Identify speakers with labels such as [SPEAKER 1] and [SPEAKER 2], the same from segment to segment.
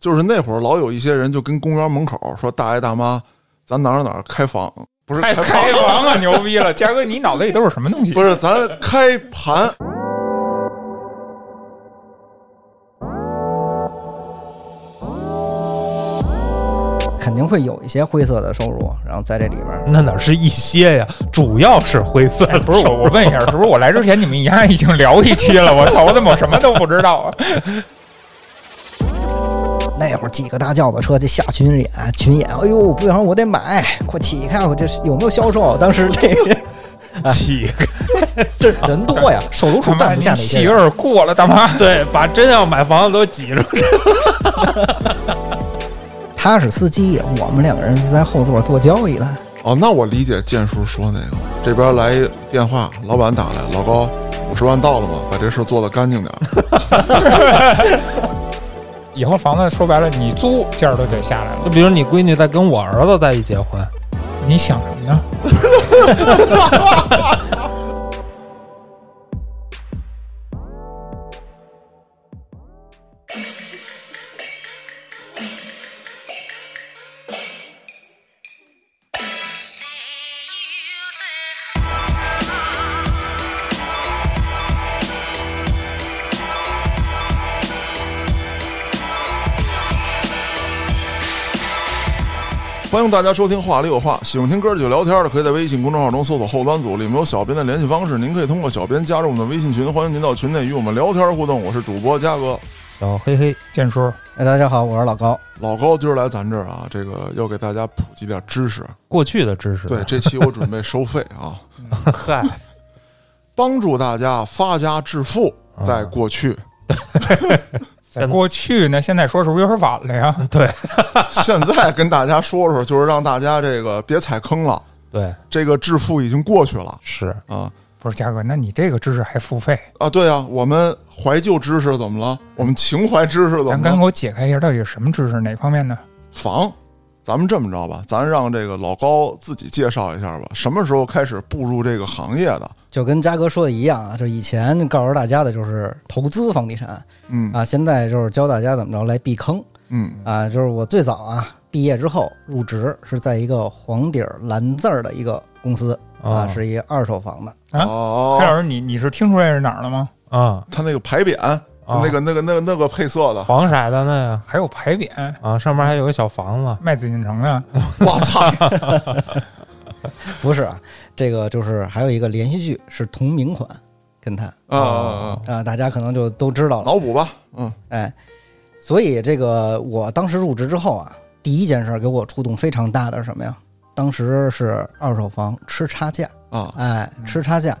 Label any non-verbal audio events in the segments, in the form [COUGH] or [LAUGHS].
[SPEAKER 1] 就是那会儿老有一些人就跟公园门口说大爷大妈，咱哪儿哪儿开房，不是
[SPEAKER 2] [LAUGHS] 开
[SPEAKER 1] 房，
[SPEAKER 2] 开房啊，牛逼了！嘉哥，你脑袋里都是什么东西？
[SPEAKER 1] 不是咱开盘。
[SPEAKER 3] 肯定会有一些灰色的收入，然后在这里边儿
[SPEAKER 4] 那哪是一些呀，主要是灰色
[SPEAKER 2] 哎，
[SPEAKER 4] 的
[SPEAKER 2] 不是
[SPEAKER 4] 手
[SPEAKER 2] 我，我
[SPEAKER 4] 腕
[SPEAKER 2] 问一下，是不是我来之前你们丫已经聊一期了？我操，我怎么什么都不知道啊？
[SPEAKER 3] 那会儿几个大轿子车就下群演，群演，哎呦，不行，我得买，快起看我这是有没有销售。啊当时这个
[SPEAKER 4] 起
[SPEAKER 3] 这人多呀，手
[SPEAKER 2] 啊
[SPEAKER 3] 足
[SPEAKER 2] 哎他
[SPEAKER 3] 数
[SPEAKER 2] 妈
[SPEAKER 3] 站不
[SPEAKER 2] 你
[SPEAKER 3] 下那
[SPEAKER 2] 戏
[SPEAKER 3] 些
[SPEAKER 2] 有
[SPEAKER 3] 人。
[SPEAKER 2] 点过了，大妈。
[SPEAKER 4] 对，把真要买房子都挤出去。
[SPEAKER 3] 他是司机，我们两个人是在后座做交易的。
[SPEAKER 1] 哦，那我理解建叔说那个，这边来一电话，老板打来，老高，五十万到了吗？把这事儿做得干净点儿。 [LAUGHS]
[SPEAKER 2] 以后房子说白了，你租价儿都得下来了。
[SPEAKER 4] 就比如你闺女再跟我儿子再一结婚，
[SPEAKER 2] 你想什么呢？
[SPEAKER 1] 欢迎大家收听《话里有话》，喜欢听哥几个聊天的，可以在微信公众号中搜索“后端组”，里面有小编的联系方式，您可以通过小编加入我们的微信群，欢迎您到群内与我们聊天互动。我是主播嘉哥，
[SPEAKER 4] 小黑黑，
[SPEAKER 2] 建叔，
[SPEAKER 3] 哎，大家好，我是老高。
[SPEAKER 1] 老高今儿来咱这儿啊，这个要给大家普及点知识。啊
[SPEAKER 4] 过去的知识，
[SPEAKER 1] 对，这期我准备收费啊，
[SPEAKER 4] 嗨，
[SPEAKER 1] 帮助大家发家致富。在过去，
[SPEAKER 2] 在过去呢，现在说是不是有点晚了呀？
[SPEAKER 4] 对
[SPEAKER 1] 现在跟大家说说，就是让大家这个别踩坑了，
[SPEAKER 4] 对
[SPEAKER 1] 这个致富已经过去了
[SPEAKER 4] 是
[SPEAKER 1] 啊
[SPEAKER 2] 不是，嘉哥，那你这个知识还付费？
[SPEAKER 1] 啊！对啊，我们怀旧知识怎么了？我们情怀知识怎
[SPEAKER 2] 咱
[SPEAKER 1] 么
[SPEAKER 2] 刚
[SPEAKER 1] 了？
[SPEAKER 2] 给我解开一下，到底是什么知识，哪方面呢？
[SPEAKER 1] 房，咱们这么着吧，咱让这个老高自己介绍一下吧，什么时候开始步入这个行业的？
[SPEAKER 3] 就跟嘉哥说的一样啊，就以前告诉大家的就是投资房地产
[SPEAKER 1] 嗯
[SPEAKER 3] 啊，现在就是教大家怎么着来避坑
[SPEAKER 1] 嗯
[SPEAKER 3] 啊。就是我最早啊毕业之后入职是在一个黄底儿蓝字儿的一个公司啊，是一二手房的。
[SPEAKER 2] 啊黑
[SPEAKER 1] 哦，
[SPEAKER 2] 老师，你你是听出来是哪儿了吗？
[SPEAKER 4] 啊
[SPEAKER 1] 他那个牌匾，
[SPEAKER 4] 啊哦
[SPEAKER 1] 那个那个那个那个配色的，
[SPEAKER 4] 黄色的那呀
[SPEAKER 2] 还有牌匾，
[SPEAKER 4] 啊，上面还有个小房子，
[SPEAKER 2] 卖紫禁城的，
[SPEAKER 1] 我操！
[SPEAKER 3] 不是啊，这个就是还有一个连续剧是同名款，跟他
[SPEAKER 1] 啊啊！
[SPEAKER 3] 啊，大家可能就都知道了。
[SPEAKER 1] 脑补吧，嗯
[SPEAKER 3] 哎，所以这个我当时入职之后啊，第一件事给我触动非常大的是什么呀？当时是二手房吃差价，
[SPEAKER 1] 啊，
[SPEAKER 3] 哎，吃差价，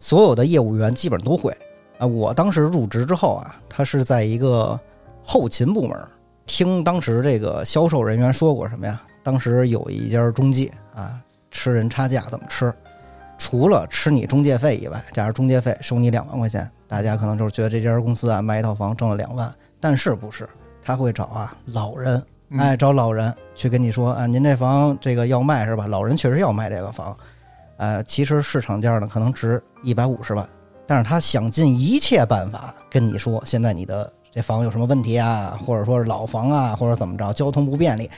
[SPEAKER 3] 所有的业务员基本都会啊。我当时入职之后啊，他是在一个后勤部门儿，听当时这个销售人员说过什么呀？当时有一家中介啊，吃人差价怎么吃？除了吃你中介费以外，假如中介费收你两万块钱，大家可能就是觉得这家公司啊卖一套房挣了两万，但是不是？他会找啊老人，
[SPEAKER 1] 嗯
[SPEAKER 3] 哎，找老人去跟你说啊，您这房这个要卖是吧？老人确实要卖这个房，呃，其实市场价呢可能值一百五十万，但是他想尽一切办法跟你说，现在你的这房有什么问题啊，或者说是老房啊，或者怎么着，交通不便利。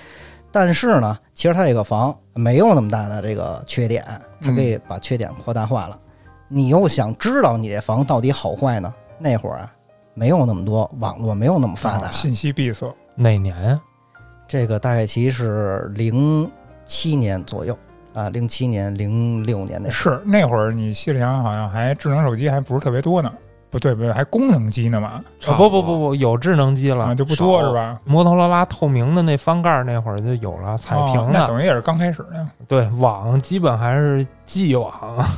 [SPEAKER 3] 但是呢，其实他这个房没有那么大的这个缺点，他可以把缺点扩大化了。你又想知道你这房到底好坏呢？那会儿啊，没有那么多网络，没有那么发达，
[SPEAKER 2] 啊信息闭塞。
[SPEAKER 4] 哪年呀？啊
[SPEAKER 3] 这个大概其是零七年左右啊，零七年、零六年那时候
[SPEAKER 2] 是那会儿你西里洋好像还智能手机还不是特别多呢，不对不对，还功能机呢嘛，
[SPEAKER 1] 差
[SPEAKER 4] 不
[SPEAKER 1] 多
[SPEAKER 4] 不不，不，有智能机
[SPEAKER 2] 啊
[SPEAKER 4] 了，
[SPEAKER 2] 就不多
[SPEAKER 1] 少
[SPEAKER 2] 是吧？
[SPEAKER 4] 摩托罗拉透明的那翻盖儿那会儿就有了，彩
[SPEAKER 2] 哦
[SPEAKER 4] 屏啊
[SPEAKER 2] 那
[SPEAKER 4] 的，
[SPEAKER 2] 等于也是刚开始呢。
[SPEAKER 4] 对，网基本还是 G 网，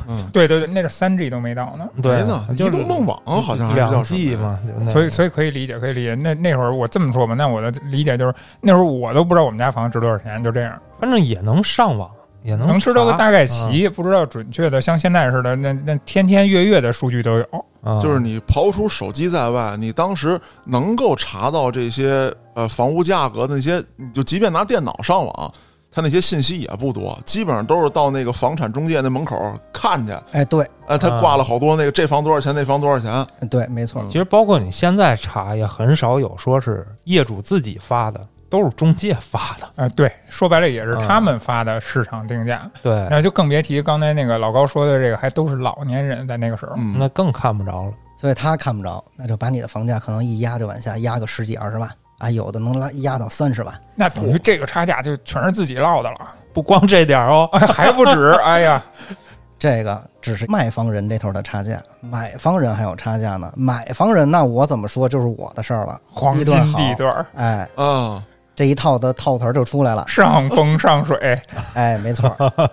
[SPEAKER 1] 嗯，
[SPEAKER 2] 对对对，那是三 G 都没到呢，
[SPEAKER 4] 对
[SPEAKER 1] 没哎呢，，移
[SPEAKER 4] 就是
[SPEAKER 1] 动梦网啊好像还是
[SPEAKER 4] 两
[SPEAKER 1] 叫什么
[SPEAKER 4] G
[SPEAKER 1] 呀？
[SPEAKER 4] 嘛，就那
[SPEAKER 2] 所以
[SPEAKER 4] 个
[SPEAKER 2] 所以可以理解，可以理解。那那会儿我这么说吧，那我的理解就是那会儿我都不知道我们家房值多少钱，就这样，
[SPEAKER 4] 反正也能上网，也能
[SPEAKER 2] 能知道个
[SPEAKER 4] 查啊
[SPEAKER 2] 大概齐，不知道准确的，像现在似的，那那天天月月的数据都有。
[SPEAKER 4] 啊
[SPEAKER 1] 就是你刨除手机在外，你当时能够查到这些呃房屋价格的那些，你就即便拿电脑上网，他那些信息也不多，基本上都是到那个房产中介那门口看去，
[SPEAKER 3] 哎，对
[SPEAKER 1] 哎，他挂了好多那个这房多少钱，那房多少钱，
[SPEAKER 3] 对，没错，
[SPEAKER 1] 嗯
[SPEAKER 4] 其实包括你现在查，也很少有说是业主自己发的，都是中介发的。
[SPEAKER 2] 啊，对，说白了也是
[SPEAKER 4] 嗯
[SPEAKER 2] 他们发的市场定价，
[SPEAKER 4] 对，
[SPEAKER 2] 那就更别提刚才那个老高说的这个，还都是老年人在那个时候。
[SPEAKER 1] 嗯，
[SPEAKER 4] [LAUGHS] 那更看不着了。
[SPEAKER 3] 所以他看不着，那就把你的房价可能一压就往下压个十几二十万啊，有的能拉压到三十万。
[SPEAKER 2] 那等于这个差价就全是自己落的了，
[SPEAKER 4] 不光这点儿哦， [LAUGHS]
[SPEAKER 2] 哎， [LAUGHS] 还不止。哎呀，
[SPEAKER 3] 这个只是卖方人这头的差价，买方人还有差价呢。买方人那我怎么说就是我的事儿了，
[SPEAKER 2] [LAUGHS] 黄金
[SPEAKER 3] 地段好
[SPEAKER 2] 地段儿，
[SPEAKER 3] 哎，
[SPEAKER 1] 啊，
[SPEAKER 3] 这一套的套词儿就出来了，
[SPEAKER 2] 上风上水，
[SPEAKER 3] 哎，没错儿。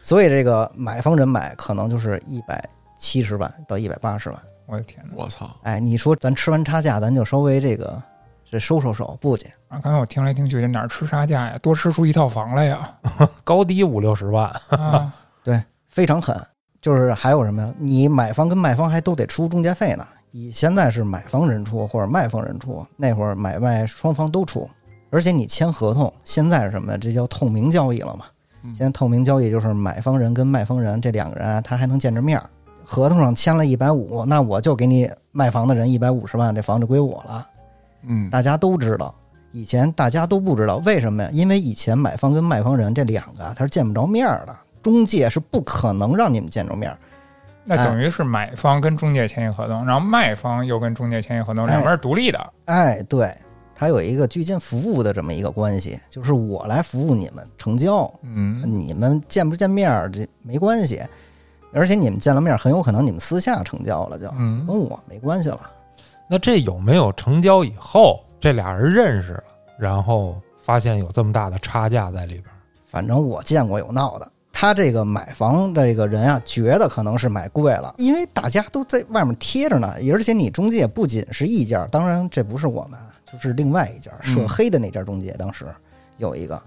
[SPEAKER 3] 所以这个买方人买可能就是一百七十万到一百八十万，
[SPEAKER 2] 我的天哪！
[SPEAKER 1] 我操，
[SPEAKER 3] 哎，你说咱吃完差价，咱就稍微这个这收收手，不去，
[SPEAKER 2] 啊，刚才我听来听去，这哪儿吃差价呀？多吃出一套房来 [LAUGHS] 呀！
[SPEAKER 4] 高低五六十万， [LAUGHS]
[SPEAKER 2] 啊，
[SPEAKER 3] 非常狠。就是还有什么呀？你买方跟卖方还都得出中介费呢。以现在是买方人出或者卖方人出，那会儿买卖双方都出，而且你签合同，现在是什么呀？这叫透明交易了嘛？
[SPEAKER 1] 嗯
[SPEAKER 3] 现在透明交易就是买方人跟卖方人这两个人啊，他还能见着面儿。合同上签了一百五，那我就给你卖房的人一百五十万，这房子归我了。
[SPEAKER 1] 嗯，
[SPEAKER 3] 大家都知道，以前大家都不知道，为什么呀？因为以前买方跟卖方人这两个啊他是见不着面儿的，中介是不可能让你们见着面儿。
[SPEAKER 2] 那等于是买方跟中介签一合同，然后卖方又跟中介签一合同，两边是独立的。
[SPEAKER 3] 哎，对，它有一个居间服务的这么一个关系，就是我来服务你们成交，
[SPEAKER 2] 嗯，
[SPEAKER 3] 你们见不见面儿这没关系，而且你们见了面儿，很有可能你们私下成交了就，
[SPEAKER 2] 嗯
[SPEAKER 3] 跟我没关系了。
[SPEAKER 4] 那这有没有成交以后，这俩人认识了，然后发现有这么大的差价在里边儿？ [LAUGHS]
[SPEAKER 3] 反正我见过有闹的。他这个买房的这个人啊，觉得可能是买贵了，因为大家都在外面贴着呢，而且你中介不仅是一家，当然这不是我们，啊，就是另外一家涉黑的那家中介，当时有一个。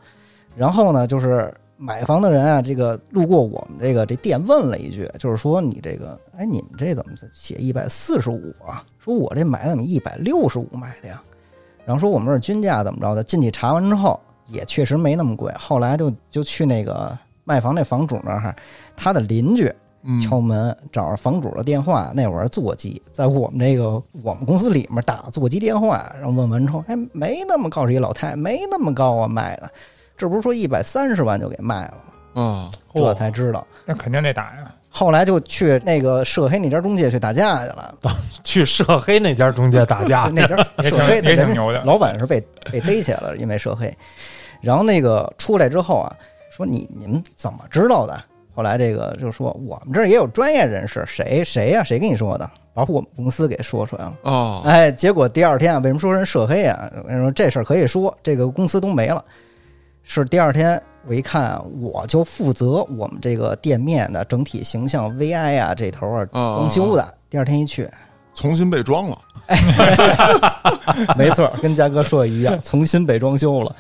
[SPEAKER 3] 然后呢，就是买房的人啊，这个路过我们这个这店问了一句，就是说你这个，哎，你们这怎么写一百四十五啊？说我这买怎么一百六十五买的呀？然后说我们这是均价怎么着的？进去查完之后，也确实没那么贵。后来就就去那个卖房那房主那儿，他的邻居
[SPEAKER 1] 嗯
[SPEAKER 3] 敲门，找着房主的电话。那会儿座机在我们这个我们公司里面打座机电话，然后问完之后，哎，没那么高，是一老太，没那么高啊，卖的，这不是说一百三十万就给卖了吗？
[SPEAKER 1] 啊，
[SPEAKER 3] 这才知道。
[SPEAKER 2] 那肯定得打呀。
[SPEAKER 3] 后来就去那个涉黑那家中介去打架去了，
[SPEAKER 4] 去涉黑那家中介打架
[SPEAKER 3] [LAUGHS] 就，那家
[SPEAKER 2] 啊 [LAUGHS] 也
[SPEAKER 3] 涉
[SPEAKER 2] 挺
[SPEAKER 3] 黑的
[SPEAKER 2] 也挺
[SPEAKER 3] 人家
[SPEAKER 2] 牛的
[SPEAKER 3] [LAUGHS] 老板是被被逮起来了，因为涉黑。然后那个出来之后啊，说你你们怎么知道的？后来这个就说我们这儿也有专业人士，谁谁呀、谁跟你说的？把我们公司给说出来
[SPEAKER 1] [LAUGHS]
[SPEAKER 3] 了。
[SPEAKER 1] 啊，
[SPEAKER 3] 哎，结果第二天啊，为什么说人涉黑啊？人说这事儿可以说，这个公司都没了。是第二天我一看，我就负责我们这个店面的整体形象、VI 啊这头啊
[SPEAKER 1] 啊
[SPEAKER 3] 装修的。第二天一去，
[SPEAKER 1] 重新被装了，
[SPEAKER 3] [LAUGHS] 没错，跟嘉哥说的一样，重新被装修了，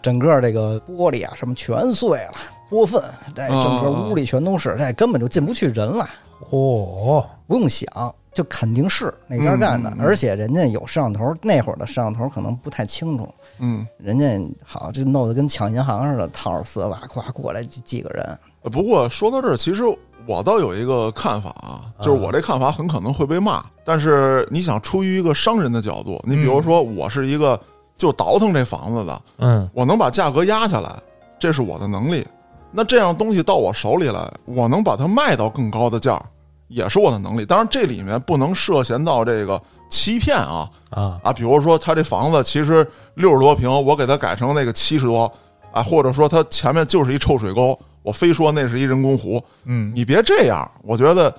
[SPEAKER 3] 整个这个玻璃啊什么全碎了，泼粪，这整个屋里全都是，这根本就进不去人了。
[SPEAKER 4] 哦，
[SPEAKER 3] 不用想，就肯定是那家干的，
[SPEAKER 1] 嗯嗯嗯
[SPEAKER 3] 而且人家有摄像头，那会儿的摄像头可能不太清楚，
[SPEAKER 1] 嗯，
[SPEAKER 3] 人家好这弄得跟抢银行似的，掏着丝袜咵过来几几个人，
[SPEAKER 1] 呃不过说到这儿，其实我倒有一个看法啊，就是我这看法很可能会被骂，但是你想出于一个商人的角度，你比如说我是一个就倒腾这房子的，
[SPEAKER 4] 嗯，
[SPEAKER 1] 我能把价格压下来，这是我的能力。那这样东西到我手里来，我能把它卖到更高的价儿，也是我的能力。当然，这里面不能涉嫌到这个欺骗啊
[SPEAKER 4] 啊，
[SPEAKER 1] 啊，比如说他这房子其实六十多平，我给他改成那个七十多啊，或者说他前面就是一臭水沟，我非说那是一人工湖，
[SPEAKER 2] 嗯，
[SPEAKER 1] 你别这样，我觉得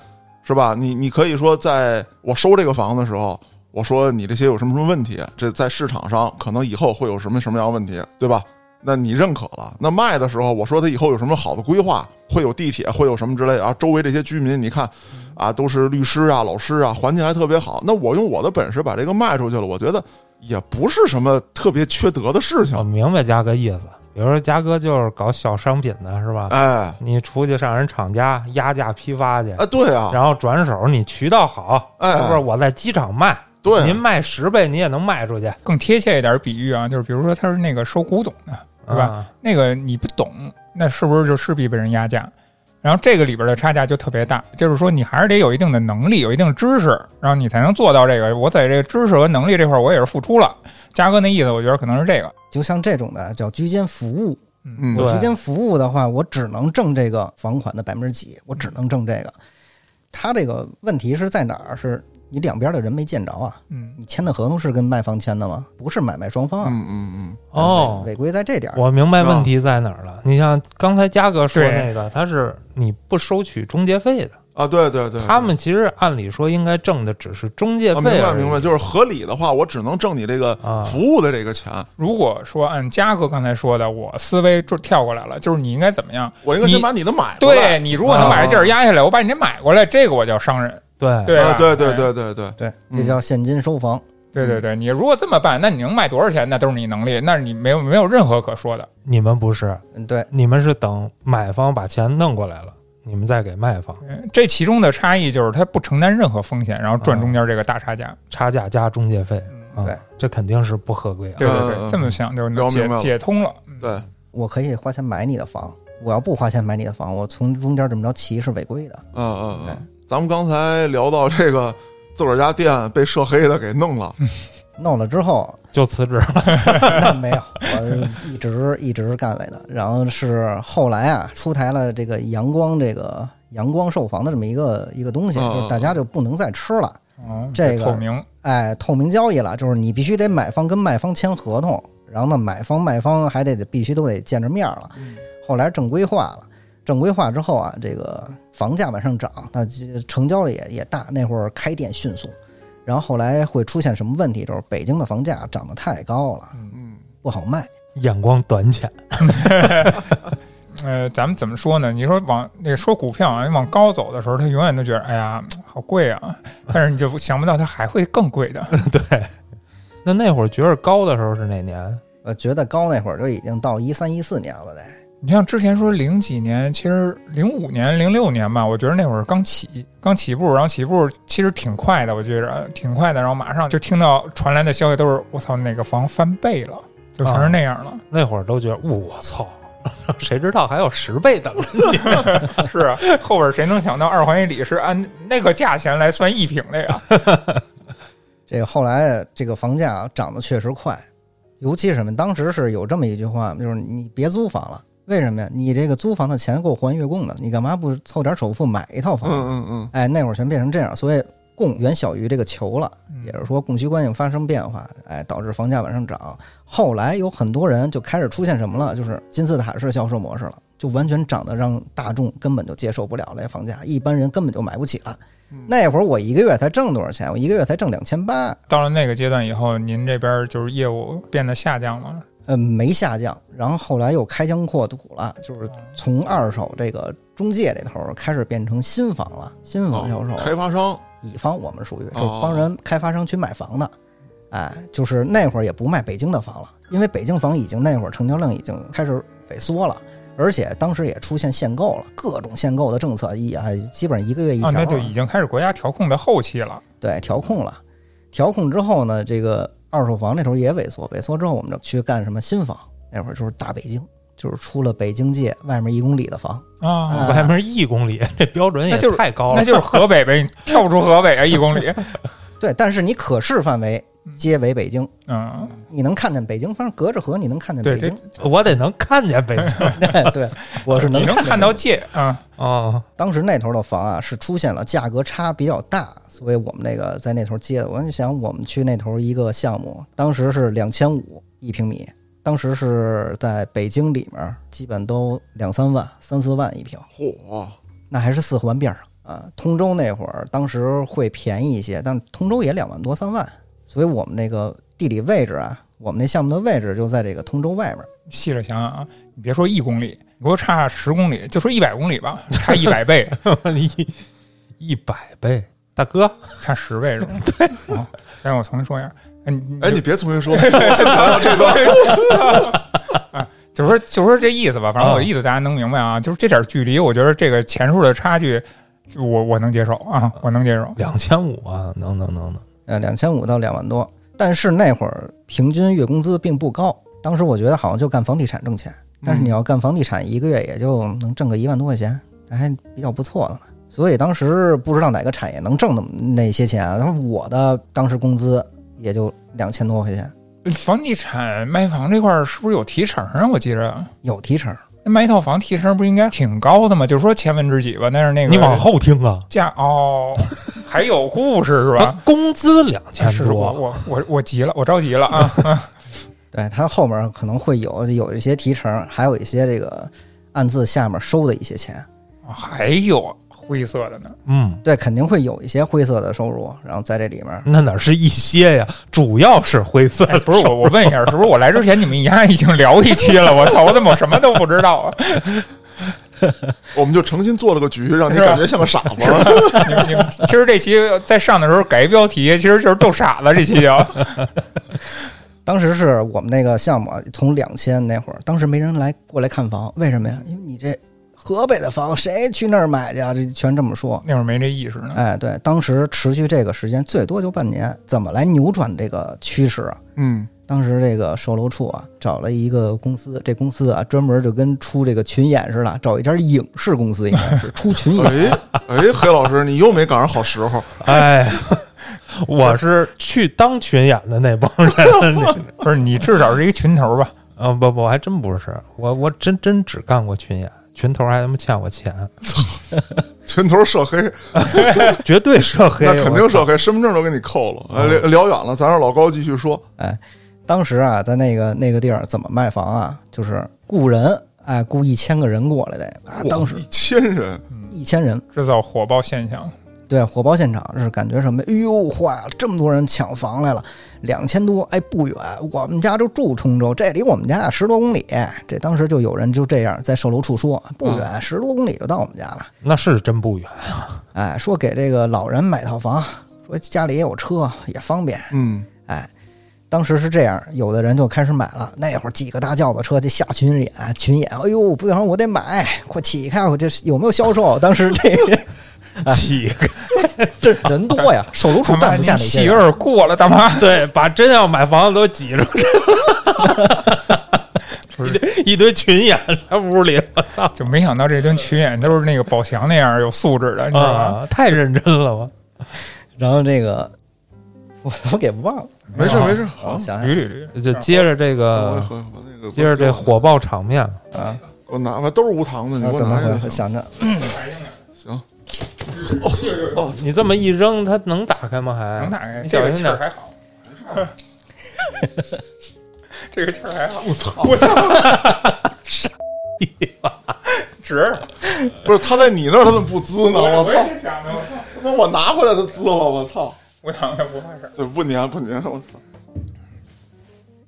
[SPEAKER 1] 是吧？你你可以说，在我收这个房子的时候，我说你这些有什么什么问题，这在市场上可能以后会有什么什么样的问题，对吧？那你认可了，那卖的时候我说他以后有什么好的规划，会有地铁，会有什么之类的啊？周围这些居民，你看啊，都是律师啊、老师啊，环境还特别好。那我用我的本事把这个卖出去了，我觉得也不是什么特别缺德的事
[SPEAKER 4] 我
[SPEAKER 1] 情。
[SPEAKER 4] 明白嘉哥意思。比如说嘉哥就是搞小商品的是吧？
[SPEAKER 1] 哎，
[SPEAKER 4] 你出去上人厂家压价批发去，
[SPEAKER 1] 啊，对啊，
[SPEAKER 4] 然后转手你渠道好，
[SPEAKER 1] 哎
[SPEAKER 4] 是不是？我在机场卖，
[SPEAKER 1] 对啊
[SPEAKER 4] 您卖十倍你也能卖出去。
[SPEAKER 2] 更贴切一点比喻啊，就是比如说他是那个收古董的，对吧
[SPEAKER 4] 啊
[SPEAKER 2] 那个你不懂，那是不是就势必被人压价？然后这个里边的差价就特别大，就是说你还是得有一定的能力，有一定知识，然后你才能做到这个。我在这个知识和能力这块，我也是付出了。嘉哥那意思，我觉得可能是这个。
[SPEAKER 3] 就像这种的叫居间服务，
[SPEAKER 1] 嗯，
[SPEAKER 4] 对
[SPEAKER 3] 我居间服务的话，我只能挣这个房款的百分之几，我只能挣这个。他这个问题是在哪儿？是你两边的人没见着啊？
[SPEAKER 2] 嗯，
[SPEAKER 3] 你签的合同是跟卖方签的吗？不是买卖双方啊。
[SPEAKER 1] 嗯嗯
[SPEAKER 4] 哦，
[SPEAKER 3] 违规在这点儿。
[SPEAKER 4] 我明白问题在哪
[SPEAKER 1] 啊
[SPEAKER 4] 儿了。你像刚才嘉哥说
[SPEAKER 2] 对
[SPEAKER 4] 那个，他是你不收取中介费的，
[SPEAKER 1] 啊，对对对，
[SPEAKER 4] 他们其实按理说应该挣的只是中介
[SPEAKER 1] 啊明
[SPEAKER 4] 费
[SPEAKER 1] 白
[SPEAKER 4] 而已。
[SPEAKER 1] 明白，就是合理的话，我只能挣你这个
[SPEAKER 4] 啊
[SPEAKER 1] 服务的这个钱，
[SPEAKER 2] 如果说按嘉哥刚才说的，我思维就跳过来了，就是你应该怎么样？
[SPEAKER 1] 我应该先
[SPEAKER 2] 你
[SPEAKER 1] 把你的买回来
[SPEAKER 2] 对你如果能把这劲儿压下来，我把你这买过来，这个我叫商人。
[SPEAKER 4] 对
[SPEAKER 2] 对吧
[SPEAKER 1] 啊，对对对对对，
[SPEAKER 3] 对，
[SPEAKER 1] 嗯
[SPEAKER 3] 这叫现金收房。
[SPEAKER 2] 对对对，你如果这么办，那你能卖多少钱？那都是你能力，那你没有没有任何可说的。
[SPEAKER 4] 你们不是，
[SPEAKER 3] 嗯，对，
[SPEAKER 4] 你们是等买方把钱弄过来了，你们再给卖方
[SPEAKER 2] 这其中的差异就是他不承担任何风险，然后赚中间这个大差价。
[SPEAKER 4] 差价加中介费啊
[SPEAKER 3] 对，
[SPEAKER 4] 这肯定是不合规啊。
[SPEAKER 2] 对对
[SPEAKER 1] 嗯嗯
[SPEAKER 2] 对，这么想就
[SPEAKER 1] 聊
[SPEAKER 2] 能
[SPEAKER 1] 明
[SPEAKER 2] 解
[SPEAKER 1] 白了
[SPEAKER 2] 解通了。嗯
[SPEAKER 1] 对，
[SPEAKER 3] 我可以花钱买你的房，我要不花钱买你的房，我从中间这么着骑是违规的。
[SPEAKER 1] 嗯嗯嗯，咱们刚才聊到这个自个儿家店被涉黑的给弄了，嗯
[SPEAKER 3] 弄了之后，
[SPEAKER 4] 就辞职 [LAUGHS] 了。
[SPEAKER 3] [LAUGHS] 那没有，我一直一直干来的。然后是后来啊，出台了这个阳光这个阳光售房的这么一个一个东西，
[SPEAKER 1] 嗯
[SPEAKER 3] 就是大家就不能再吃了，
[SPEAKER 2] 哦，
[SPEAKER 3] 这个
[SPEAKER 2] 透明，
[SPEAKER 3] 哎，透明交易了，就是你必须得买方跟卖方签合同，然后呢，买方卖方还得必须都得见着面儿了。
[SPEAKER 1] 嗯
[SPEAKER 3] 后来正规化了，正规化之后啊，这个房价往上涨，那这成交量也也大，那会儿开店迅速。然后后来会出现什么问题？就是北京的房价涨得太高了，
[SPEAKER 1] 嗯，
[SPEAKER 3] 不好卖。
[SPEAKER 4] 眼光短浅，
[SPEAKER 2] 呃，咱们怎么说呢？你说往那个说股票啊，你往高走的时候，他永远都觉得哎呀好贵啊，但是你就想不到它还会更贵的。
[SPEAKER 4] 那那会儿觉着高的时候是哪年？
[SPEAKER 3] 呃，觉得高那会儿就已经到一三一四年了得。
[SPEAKER 2] 你像之前说零几年，其实零五年、零六年吧，我觉得那会儿刚起，刚起步，然后起步其实挺快的，我觉着挺快的，然后马上就听到传来的消息都是我操哪个房翻倍了，就全是那样了。
[SPEAKER 4] 那会儿都觉得，呜我操， [LAUGHS] 谁知道还有十倍等着？
[SPEAKER 2] 是啊，后边谁能想到二环以里是按那个价钱来算一平的呀？
[SPEAKER 3] 这个后来这个房价啊涨得确实快，尤其是什么？当时是有这么一句话，就是你别租房了，为什么呀？你这个租房的钱够还月供的，你干嘛不凑点首付买一套
[SPEAKER 1] 嗯
[SPEAKER 3] 房？
[SPEAKER 1] 嗯嗯，
[SPEAKER 3] 哎，那会儿全变成这样，所以供远小于这个求了，也是说供需关系发生变化，哎，导致房价往上涨。后来有很多人就开始出现什么了，就是金字塔式销售模式了，就完全涨得让大众根本就接受不了了，房价一般人根本就买不起了。
[SPEAKER 1] 嗯
[SPEAKER 3] 那会儿我一个月才挣多少钱？我一个月才挣两千八，
[SPEAKER 2] 到了那个阶段以后，您这边就是业务变得下降了，
[SPEAKER 3] 呃，没下降，然后后来又开疆扩土了，就是从二手这个中介这头儿开始变成新房了，新房销售，
[SPEAKER 1] 哦开发商，
[SPEAKER 3] 乙方我们属于就是
[SPEAKER 1] 哦
[SPEAKER 3] 帮人开发商去买房的，哎，就是那会儿也不卖北京的房了，因为北京房已经那会儿成交量已经开始萎缩了，而且当时也出现限购了，各种限购的政策一啊，基本上一个月一条
[SPEAKER 2] 啊，
[SPEAKER 3] 了，
[SPEAKER 2] 那就已经开始国家调控的后期了。
[SPEAKER 3] 对，调控了。调控之后呢，这个二手房那头也萎缩，萎缩之后我们就去干什么新房。那会儿就是大北京，就是出了北京界外面一公里的房，
[SPEAKER 2] 啊
[SPEAKER 3] 啊，
[SPEAKER 4] 外面一公里，这标准也
[SPEAKER 2] 那就是
[SPEAKER 4] 太高了。
[SPEAKER 2] 那就是河北呗，你跳不出河北啊，一公里。 [LAUGHS]
[SPEAKER 3] 对，但是你可视范围皆为北京，
[SPEAKER 2] 嗯，
[SPEAKER 3] 你能看见北京，反正隔着河你能看见
[SPEAKER 2] 对
[SPEAKER 3] 北京。
[SPEAKER 4] [LAUGHS] 我得能看
[SPEAKER 2] [LAUGHS]
[SPEAKER 4] 见北京
[SPEAKER 3] 对， [LAUGHS] 对，我是能
[SPEAKER 2] 你能
[SPEAKER 3] 看见
[SPEAKER 2] 看到界啊，
[SPEAKER 4] 啊， [LAUGHS]
[SPEAKER 3] 当时那头的房啊，是出现了价格差比较大，所以我们那个在那头接的。我就想，我们去那头一个项目，当时是两千五一平米，当时是在北京里面，基本都两三万、三四万一平，
[SPEAKER 1] 嚯，
[SPEAKER 3] 那还是四环边上啊。通州那会儿，当时会便宜一些，但通州也两万多、三万，所以我们那个地理位置啊，我们那项目的位置就在这个通州外边。
[SPEAKER 2] 细了想想啊，你别说一公里，你给我差十公里，就说一百公里吧，差一百倍，
[SPEAKER 4] 一一百倍，大哥，
[SPEAKER 2] 差十倍是吧？对。让我重新说一下，哎，你
[SPEAKER 1] 哎，你别重新说， [LAUGHS] 我就想到这段，
[SPEAKER 2] 就说就说这意思吧，反正我的意思大家能明白啊，就是这点距离，我觉得这个钱数的差距，我我能接受啊，我能接受。
[SPEAKER 4] 两千五啊，能能能能，
[SPEAKER 3] 呃，两千五到两万多。但是那会儿平均月工资并不高，当时我觉得好像就干房地产挣钱，但是你要干房地产，一个月也就能挣个一万多块钱，还比较不错的了。所以当时不知道哪个产业能挣那么那些钱啊。然后我的当时工资也就两千多块钱，
[SPEAKER 2] 房地产卖房这块儿是不是有提成啊？我记着
[SPEAKER 3] 有提成。
[SPEAKER 2] 那卖一套房提成不应该挺高的吗？就是说千分之几吧，但是那个
[SPEAKER 4] 你往后听啊，
[SPEAKER 2] 价哦，还有故事是吧？
[SPEAKER 4] 他
[SPEAKER 2] 啊
[SPEAKER 4] 工资两千
[SPEAKER 2] 是我
[SPEAKER 4] 多，
[SPEAKER 2] 我我我急了，我着急了啊！ [LAUGHS]
[SPEAKER 3] 对，它后面可能会有有一些提成，还有一些这个暗自下面收的一些钱。
[SPEAKER 2] 还有灰色的呢，
[SPEAKER 4] 嗯，
[SPEAKER 3] 对，肯定会有一些灰色的收入，然后在这里面，
[SPEAKER 4] 那哪是一些呀，主要是灰色。
[SPEAKER 2] 哎，不是我，我问一下，是不是我来之前你们丫已经聊一期了？我操，我怎么什么都不知道啊？
[SPEAKER 1] 我们就诚心做了个局，让你
[SPEAKER 2] 是吧
[SPEAKER 1] 感觉像个傻子。
[SPEAKER 2] 你们你们， [LAUGHS] 其实这期在上的时候改一标题，其实就是逗傻子这期
[SPEAKER 4] [LAUGHS]
[SPEAKER 2] 叫。
[SPEAKER 3] 当时是我们那个项目啊从两千那会儿，当时没人来过来看房，为什么呀？因为你这河北的房谁去那儿买去啊？这全这么说。
[SPEAKER 2] 那会儿没这意识呢。
[SPEAKER 3] 哎，对，当时持续这个时间最多就半年，怎么来扭转这个趋势啊？
[SPEAKER 1] [LAUGHS] 嗯，
[SPEAKER 3] 当时这个售楼处啊，找了一个公司，这公司啊专门就跟出这个群演似的，找一家影视公司应该是出群演。
[SPEAKER 1] 哎哎，黑老师，你又没赶上好时候。
[SPEAKER 4] 哎， [LAUGHS] 我是去当群演的那帮
[SPEAKER 2] [LAUGHS]
[SPEAKER 4] 人里，
[SPEAKER 2] 不是你至少是一个群头吧？
[SPEAKER 4] 啊不不，我还真不是，我我真真只干过群演，群头还他妈欠我钱，
[SPEAKER 1] 群头涉黑，
[SPEAKER 4] 绝对涉黑，
[SPEAKER 1] 那肯定涉
[SPEAKER 4] 我操。
[SPEAKER 1] 黑，身份证都给你扣了。哎，聊聊远了，咱让老高继续说。
[SPEAKER 3] 当时啊，在那个那个地儿怎么卖房啊？就是雇人，哎，雇一千个人过来的，啊、当时
[SPEAKER 1] 哇一千人，
[SPEAKER 3] 一千人，
[SPEAKER 2] 制造火爆现象，
[SPEAKER 3] 对，火爆现场是感觉什么？哎呦，坏了，这么多人抢房来了，两千多，哎，不远，我们家就住通州，这离我们家十多公里。这当时就有人就这样在售楼处说，不远，十多公里就到我们家了。
[SPEAKER 4] 那是真不远，
[SPEAKER 3] 哎，说给这个老人买套房，说家里也有车，也方便。
[SPEAKER 1] 嗯，
[SPEAKER 3] 哎，当时是这样，有的人就开始买了。那会儿几个大轿子车就下群演，群演，哎呦，不行，我得买，快起开，我这是有没有销售？当时这
[SPEAKER 4] 起
[SPEAKER 3] 这人多呀，售楼处
[SPEAKER 2] 他妈
[SPEAKER 3] 站不
[SPEAKER 2] 你
[SPEAKER 3] 下那
[SPEAKER 2] 戏
[SPEAKER 3] 些
[SPEAKER 2] 有
[SPEAKER 3] 人。
[SPEAKER 2] 点过了，大妈。
[SPEAKER 4] [LAUGHS] 对，把真要买房子都挤 [LAUGHS] 出
[SPEAKER 2] 不
[SPEAKER 4] 来
[SPEAKER 2] 是
[SPEAKER 4] 一一堆群演在屋里，我操！
[SPEAKER 2] 就没想到这顿群演都是那个宝强那样有素质的，你知道吗？
[SPEAKER 4] 啊，太认真了吧？
[SPEAKER 3] 然后这个我 [LAUGHS] 我给忘了，
[SPEAKER 1] 没事没事，好
[SPEAKER 3] 我，想
[SPEAKER 2] 捋
[SPEAKER 3] 想
[SPEAKER 2] 捋捋，
[SPEAKER 4] 就接着这
[SPEAKER 1] 我
[SPEAKER 4] 个，
[SPEAKER 1] 我我那个
[SPEAKER 4] 接着这火爆场面，
[SPEAKER 3] 啊，
[SPEAKER 1] 给我拿吧，都是无糖的，你
[SPEAKER 3] 然
[SPEAKER 1] 给
[SPEAKER 3] 后
[SPEAKER 1] 我
[SPEAKER 3] 啊
[SPEAKER 1] 拿
[SPEAKER 3] 等
[SPEAKER 1] 一
[SPEAKER 3] 会
[SPEAKER 1] 个
[SPEAKER 3] 儿
[SPEAKER 1] 行。
[SPEAKER 3] 想想，
[SPEAKER 1] 行，哦 [LAUGHS] 哦，
[SPEAKER 4] 你这么一扔，它能打开吗？还
[SPEAKER 2] 啊能打开。
[SPEAKER 4] 你
[SPEAKER 2] 这
[SPEAKER 4] 小
[SPEAKER 2] 个
[SPEAKER 4] 心
[SPEAKER 2] 气儿还
[SPEAKER 4] 点。
[SPEAKER 2] 好， [LAUGHS] 这个气儿还好，
[SPEAKER 1] 我操！
[SPEAKER 2] 我操，值！
[SPEAKER 1] 不是他在你那儿，他怎么不滋呢？我
[SPEAKER 2] 也
[SPEAKER 1] 操！
[SPEAKER 2] 是想的，我操，
[SPEAKER 1] 那我拿回来他滋了，我操！
[SPEAKER 2] 我想的不怕事儿。
[SPEAKER 1] 对，不粘不粘，我操！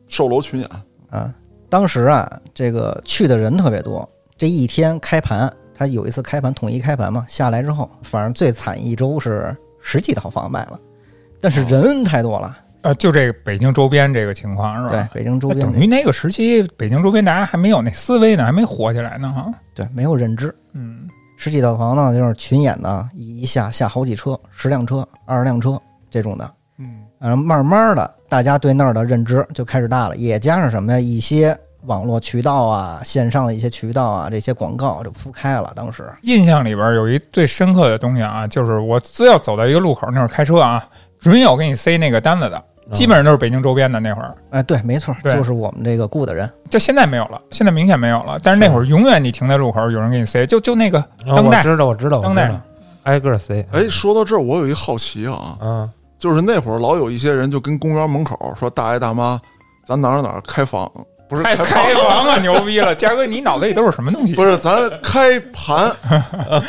[SPEAKER 1] 售楼群演，
[SPEAKER 3] 啊，当时啊，这个去的人特别多，这一天开盘，他有一次开盘统一开盘嘛，下来之后，反正最惨一周是十几套房卖了，但
[SPEAKER 2] 哦
[SPEAKER 3] 是人太多了，
[SPEAKER 2] 啊，就这个北京周边这个情况是
[SPEAKER 3] 对
[SPEAKER 2] 吧？，
[SPEAKER 3] 北京周
[SPEAKER 2] 那
[SPEAKER 3] 边
[SPEAKER 2] 等于那个时期，北京周边大家还没有那思维呢，还没火起来呢，哈。
[SPEAKER 3] 对没有认知。
[SPEAKER 2] 嗯，
[SPEAKER 3] 十几套房呢，就是群演呢，一一下下好几车，十辆车、二十辆车这种的，啊
[SPEAKER 1] 嗯，
[SPEAKER 3] 然后慢慢的，大家对那儿的认知就开始大了，也加上什么呀，一些网络渠道啊、线上的一些渠道啊，这些广告就铺开了。当时
[SPEAKER 2] 印象里边有一最深刻的东西啊，就是我只要走到一个路口，那会儿开车啊，准有给你塞那个单子的，基本上都是北京周边的那会儿。
[SPEAKER 3] 哎，对，没错，
[SPEAKER 2] 对
[SPEAKER 3] 就是我们这个雇的人，
[SPEAKER 2] 就现在没有了，现在明显没有了。但是那会儿永远你停在路口，有人给你塞，就就那个
[SPEAKER 4] 啊
[SPEAKER 2] 当
[SPEAKER 4] 我
[SPEAKER 2] 代
[SPEAKER 4] 知道，我知道，我
[SPEAKER 2] 当
[SPEAKER 4] 知
[SPEAKER 2] 代
[SPEAKER 4] 道，挨个儿塞。
[SPEAKER 1] 哎，说到这儿，我有一好奇啊，
[SPEAKER 4] 啊，
[SPEAKER 1] 就是那会儿老有一些人就跟公园门口说大爷大妈，咱哪儿哪儿开房，不是
[SPEAKER 2] 开
[SPEAKER 1] 开房，
[SPEAKER 2] 开房啊，牛逼了！嘉哥，你脑子里都是什么东西？
[SPEAKER 1] 不是咱开盘， [LAUGHS]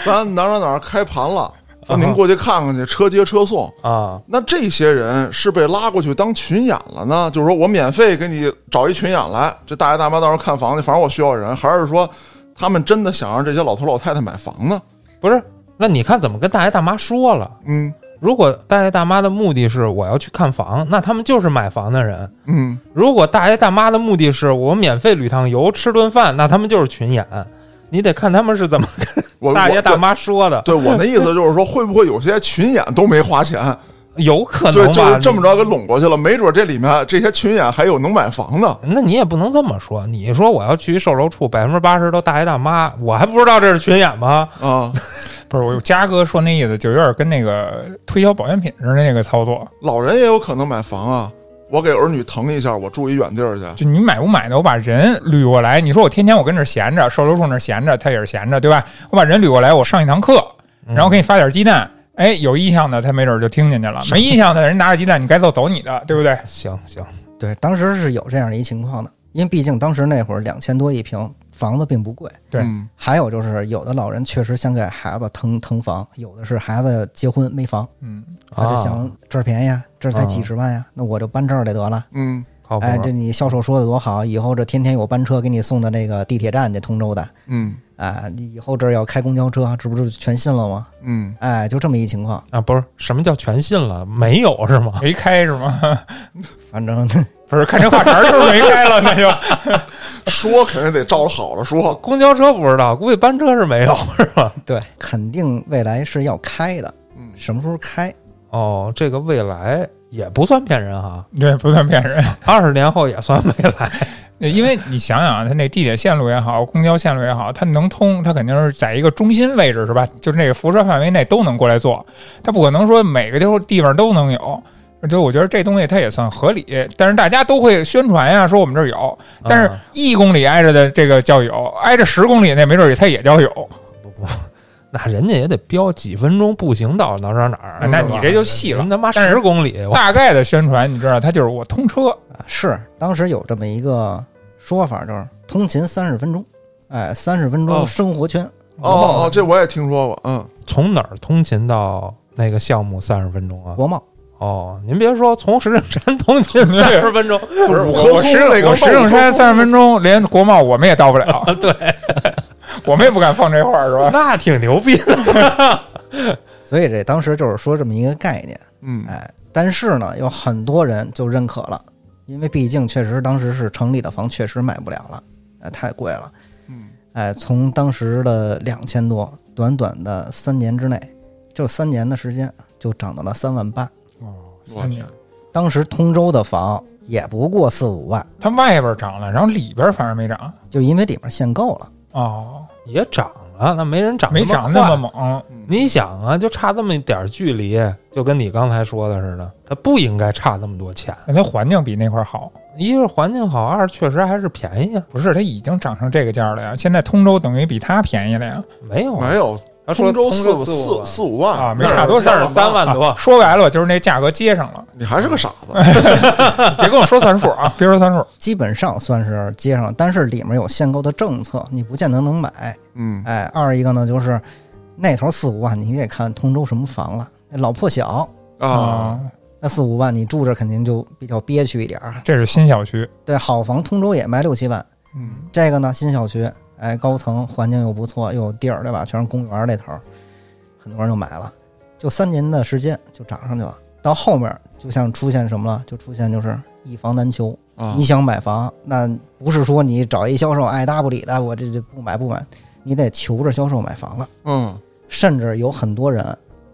[SPEAKER 1] 咱哪儿哪儿哪儿开盘了，说您过去看看去，车接车送。
[SPEAKER 4] 啊，
[SPEAKER 1] 那这些人是被拉过去当群演了呢？就是说我免费给你找一群演来，这大爷大妈到时候看房去，反正我需要人，还是说他们真的想让这些老头老太太买房呢？
[SPEAKER 4] 不是，那你看怎么跟大爷大妈说了？
[SPEAKER 1] 嗯
[SPEAKER 4] 如果大爷大妈的目的是我要去看房，那他们就是买房的人；
[SPEAKER 1] 嗯，
[SPEAKER 4] 如果大爷大妈的目的是我免费旅趟游、吃顿饭，那他们就是群演。你得看他们是怎么
[SPEAKER 1] 我
[SPEAKER 4] 大爷
[SPEAKER 1] 我
[SPEAKER 4] 大妈说的。
[SPEAKER 1] 对对我那意思就是说，会不会有些群演都没花钱，
[SPEAKER 4] 有 [LAUGHS] 可能
[SPEAKER 1] 对，
[SPEAKER 4] 吧？
[SPEAKER 1] 就是这么着给拢过去了。没准这里面这些群演还有能买房的，
[SPEAKER 4] 那你也不能这么说，你说我要去售楼处，百分之八十都大爷大妈，我还不知道这是群演吗？
[SPEAKER 1] 啊，
[SPEAKER 2] 不是，我嘉哥说那意思就有点跟那个推销保健品似的那个操作，
[SPEAKER 1] 老人也有可能买房啊。我给儿女腾一下，我住一远地儿去。
[SPEAKER 2] 就你买不买的，我把人捋过来。你说我天天我跟这儿闲着，售楼处那儿闲着，他也是闲着，对吧？我把人捋过来，我上一堂课，然后给你发点鸡蛋。哎，有意向的他没准就听进去了，没意向的人拿着鸡蛋，你该走走你的，对不对？
[SPEAKER 4] 行行，
[SPEAKER 3] 对，当时是有这样的一情况的，因为毕竟当时那会儿两千多一平，房子并不贵。
[SPEAKER 2] 对
[SPEAKER 1] 嗯
[SPEAKER 3] 还有就是，有的老人确实想给孩子腾腾房，有的是孩子结婚没房，
[SPEAKER 2] 嗯，
[SPEAKER 3] 他就想这儿便宜啊，这儿才几十万呀、那我就搬这儿来得了。
[SPEAKER 1] 嗯，
[SPEAKER 4] 靠谱，
[SPEAKER 3] 哎，这你销售说的多好，以后这天天有班车给你送到那个地铁站去，通州的。
[SPEAKER 1] 嗯
[SPEAKER 3] 啊，你以后这儿要开公交车，这不就全信了吗？
[SPEAKER 1] 嗯，
[SPEAKER 3] 哎，就这么一情况，
[SPEAKER 4] 啊，不是什么叫全信了？没有是吗？
[SPEAKER 2] 没开是吗？ [LAUGHS]
[SPEAKER 3] 反正 [LAUGHS]
[SPEAKER 2] 不是，看这话茬儿是不是没开了？那就 [LAUGHS]
[SPEAKER 1] 说肯定得照着好了说。
[SPEAKER 4] 公交车不知道，估计班车是没有。
[SPEAKER 3] 对，肯定未来是要开的，
[SPEAKER 1] 嗯，
[SPEAKER 3] 什么时候开？
[SPEAKER 4] 哦，这个未来也不算骗人哈，
[SPEAKER 2] 对，不算骗人。
[SPEAKER 4] 二十年后也算未来。
[SPEAKER 2] 对因为你想想啊，它那地铁线路也好，公交线路也好，它能通，它肯定是在一个中心位置，是吧？就是那个辐射范围内都能过来做，它不可能说每个地方地方都能有。就我觉得这东西它也算合理，但是大家都会宣传呀，说我们这儿有，但是
[SPEAKER 4] 嗯
[SPEAKER 2] 一公里挨着的这个叫有，挨着十公里那没准儿它也叫有。
[SPEAKER 4] 那人家也得标几分钟步行到哪儿哪儿哪儿。
[SPEAKER 2] 哎啊那
[SPEAKER 4] 是吧
[SPEAKER 2] 你这就细了
[SPEAKER 4] 人他妈
[SPEAKER 2] 但是
[SPEAKER 4] 十公里，我
[SPEAKER 2] 大概的宣传你知道，它就是我通车，
[SPEAKER 3] 啊，是当时有这么一个说法，就是通勤三十分钟，哎，三十分
[SPEAKER 1] 哦
[SPEAKER 3] 钟生活圈，
[SPEAKER 1] 哦哦哦，这我也听说过。嗯，
[SPEAKER 4] 从哪儿通勤到那个项目三十分钟啊？
[SPEAKER 3] 国贸
[SPEAKER 4] 哦，您别说，从石景山通勤
[SPEAKER 2] [LAUGHS] 对
[SPEAKER 4] 三十分钟，
[SPEAKER 1] 不是
[SPEAKER 2] 我
[SPEAKER 1] 五棵
[SPEAKER 2] 我
[SPEAKER 1] 松
[SPEAKER 2] 石
[SPEAKER 1] 那个
[SPEAKER 2] 我石景山三十分
[SPEAKER 1] 钟，
[SPEAKER 2] 钟，连国贸我们也到不了。啊对， [LAUGHS] 我们也不敢放这话儿是吧？
[SPEAKER 4] 那挺牛逼的。
[SPEAKER 3] 所以这当时就是说这么一个概念，
[SPEAKER 1] 嗯
[SPEAKER 3] 哎，但是呢，有很多人就认可了，因为毕竟确实当时是城里的房确实买不了了，哎，太贵了。
[SPEAKER 1] 嗯，
[SPEAKER 3] 哎，从当时的两千多，短短的三年之内，就三年的时间就涨到了三万八。
[SPEAKER 1] 我天，
[SPEAKER 3] 当时通州的房也不过四五万，
[SPEAKER 2] 它外边涨了，然后里边反而没涨。
[SPEAKER 3] 就因为里面限购了。
[SPEAKER 2] 哦，
[SPEAKER 4] 也涨了，啊那没人涨
[SPEAKER 2] 没
[SPEAKER 4] 涨
[SPEAKER 2] 涨那么。猛，
[SPEAKER 4] 你想啊，就差这么一点儿距离，就跟你刚才说的似的，它不应该差那么多钱。
[SPEAKER 2] 但它环境比那块儿好。
[SPEAKER 4] 一是环境好，二是确实还是便宜啊。
[SPEAKER 2] 不是，它已经涨成这个价了呀！现在通州等于比它便宜了呀！
[SPEAKER 4] 没有啊，
[SPEAKER 1] 没有，
[SPEAKER 4] 他说
[SPEAKER 1] 哎通州四
[SPEAKER 4] 通
[SPEAKER 1] 四
[SPEAKER 4] 四
[SPEAKER 1] 四五万
[SPEAKER 2] 啊没
[SPEAKER 1] 那儿
[SPEAKER 2] 差多少
[SPEAKER 1] 那儿
[SPEAKER 4] 三万多
[SPEAKER 2] 啊说白了就是那价格接上
[SPEAKER 1] [LAUGHS]
[SPEAKER 2] 了，
[SPEAKER 1] 你还是个傻子。
[SPEAKER 2] 别跟我说算数啊！别说算数，
[SPEAKER 3] 基本上算是接上了，但是里面有限购的政策，你不见得能买。
[SPEAKER 1] 嗯
[SPEAKER 3] 哎，二一个呢就是那头四五万，你得看通州什么房了，那老破小，
[SPEAKER 2] 哎
[SPEAKER 1] 啊，
[SPEAKER 3] 那四五万你住着肯定就比较憋屈一点儿。啊
[SPEAKER 2] 这是新小区，
[SPEAKER 3] 对，好房通州也卖六七万，
[SPEAKER 2] 嗯，
[SPEAKER 3] 这个呢新小区，哎，高层环境又不错，又有地儿，对吧？全是公园儿那头儿，很多人就买了，就三年的时间就涨上去了。到后面就像出现什么了，就出现就是一房难求，
[SPEAKER 1] 啊
[SPEAKER 3] 你想买房，那不是说你找一销售爱搭不理的，我这就不买不买，你得求着销售买房了。
[SPEAKER 1] 嗯，
[SPEAKER 3] 甚至有很多人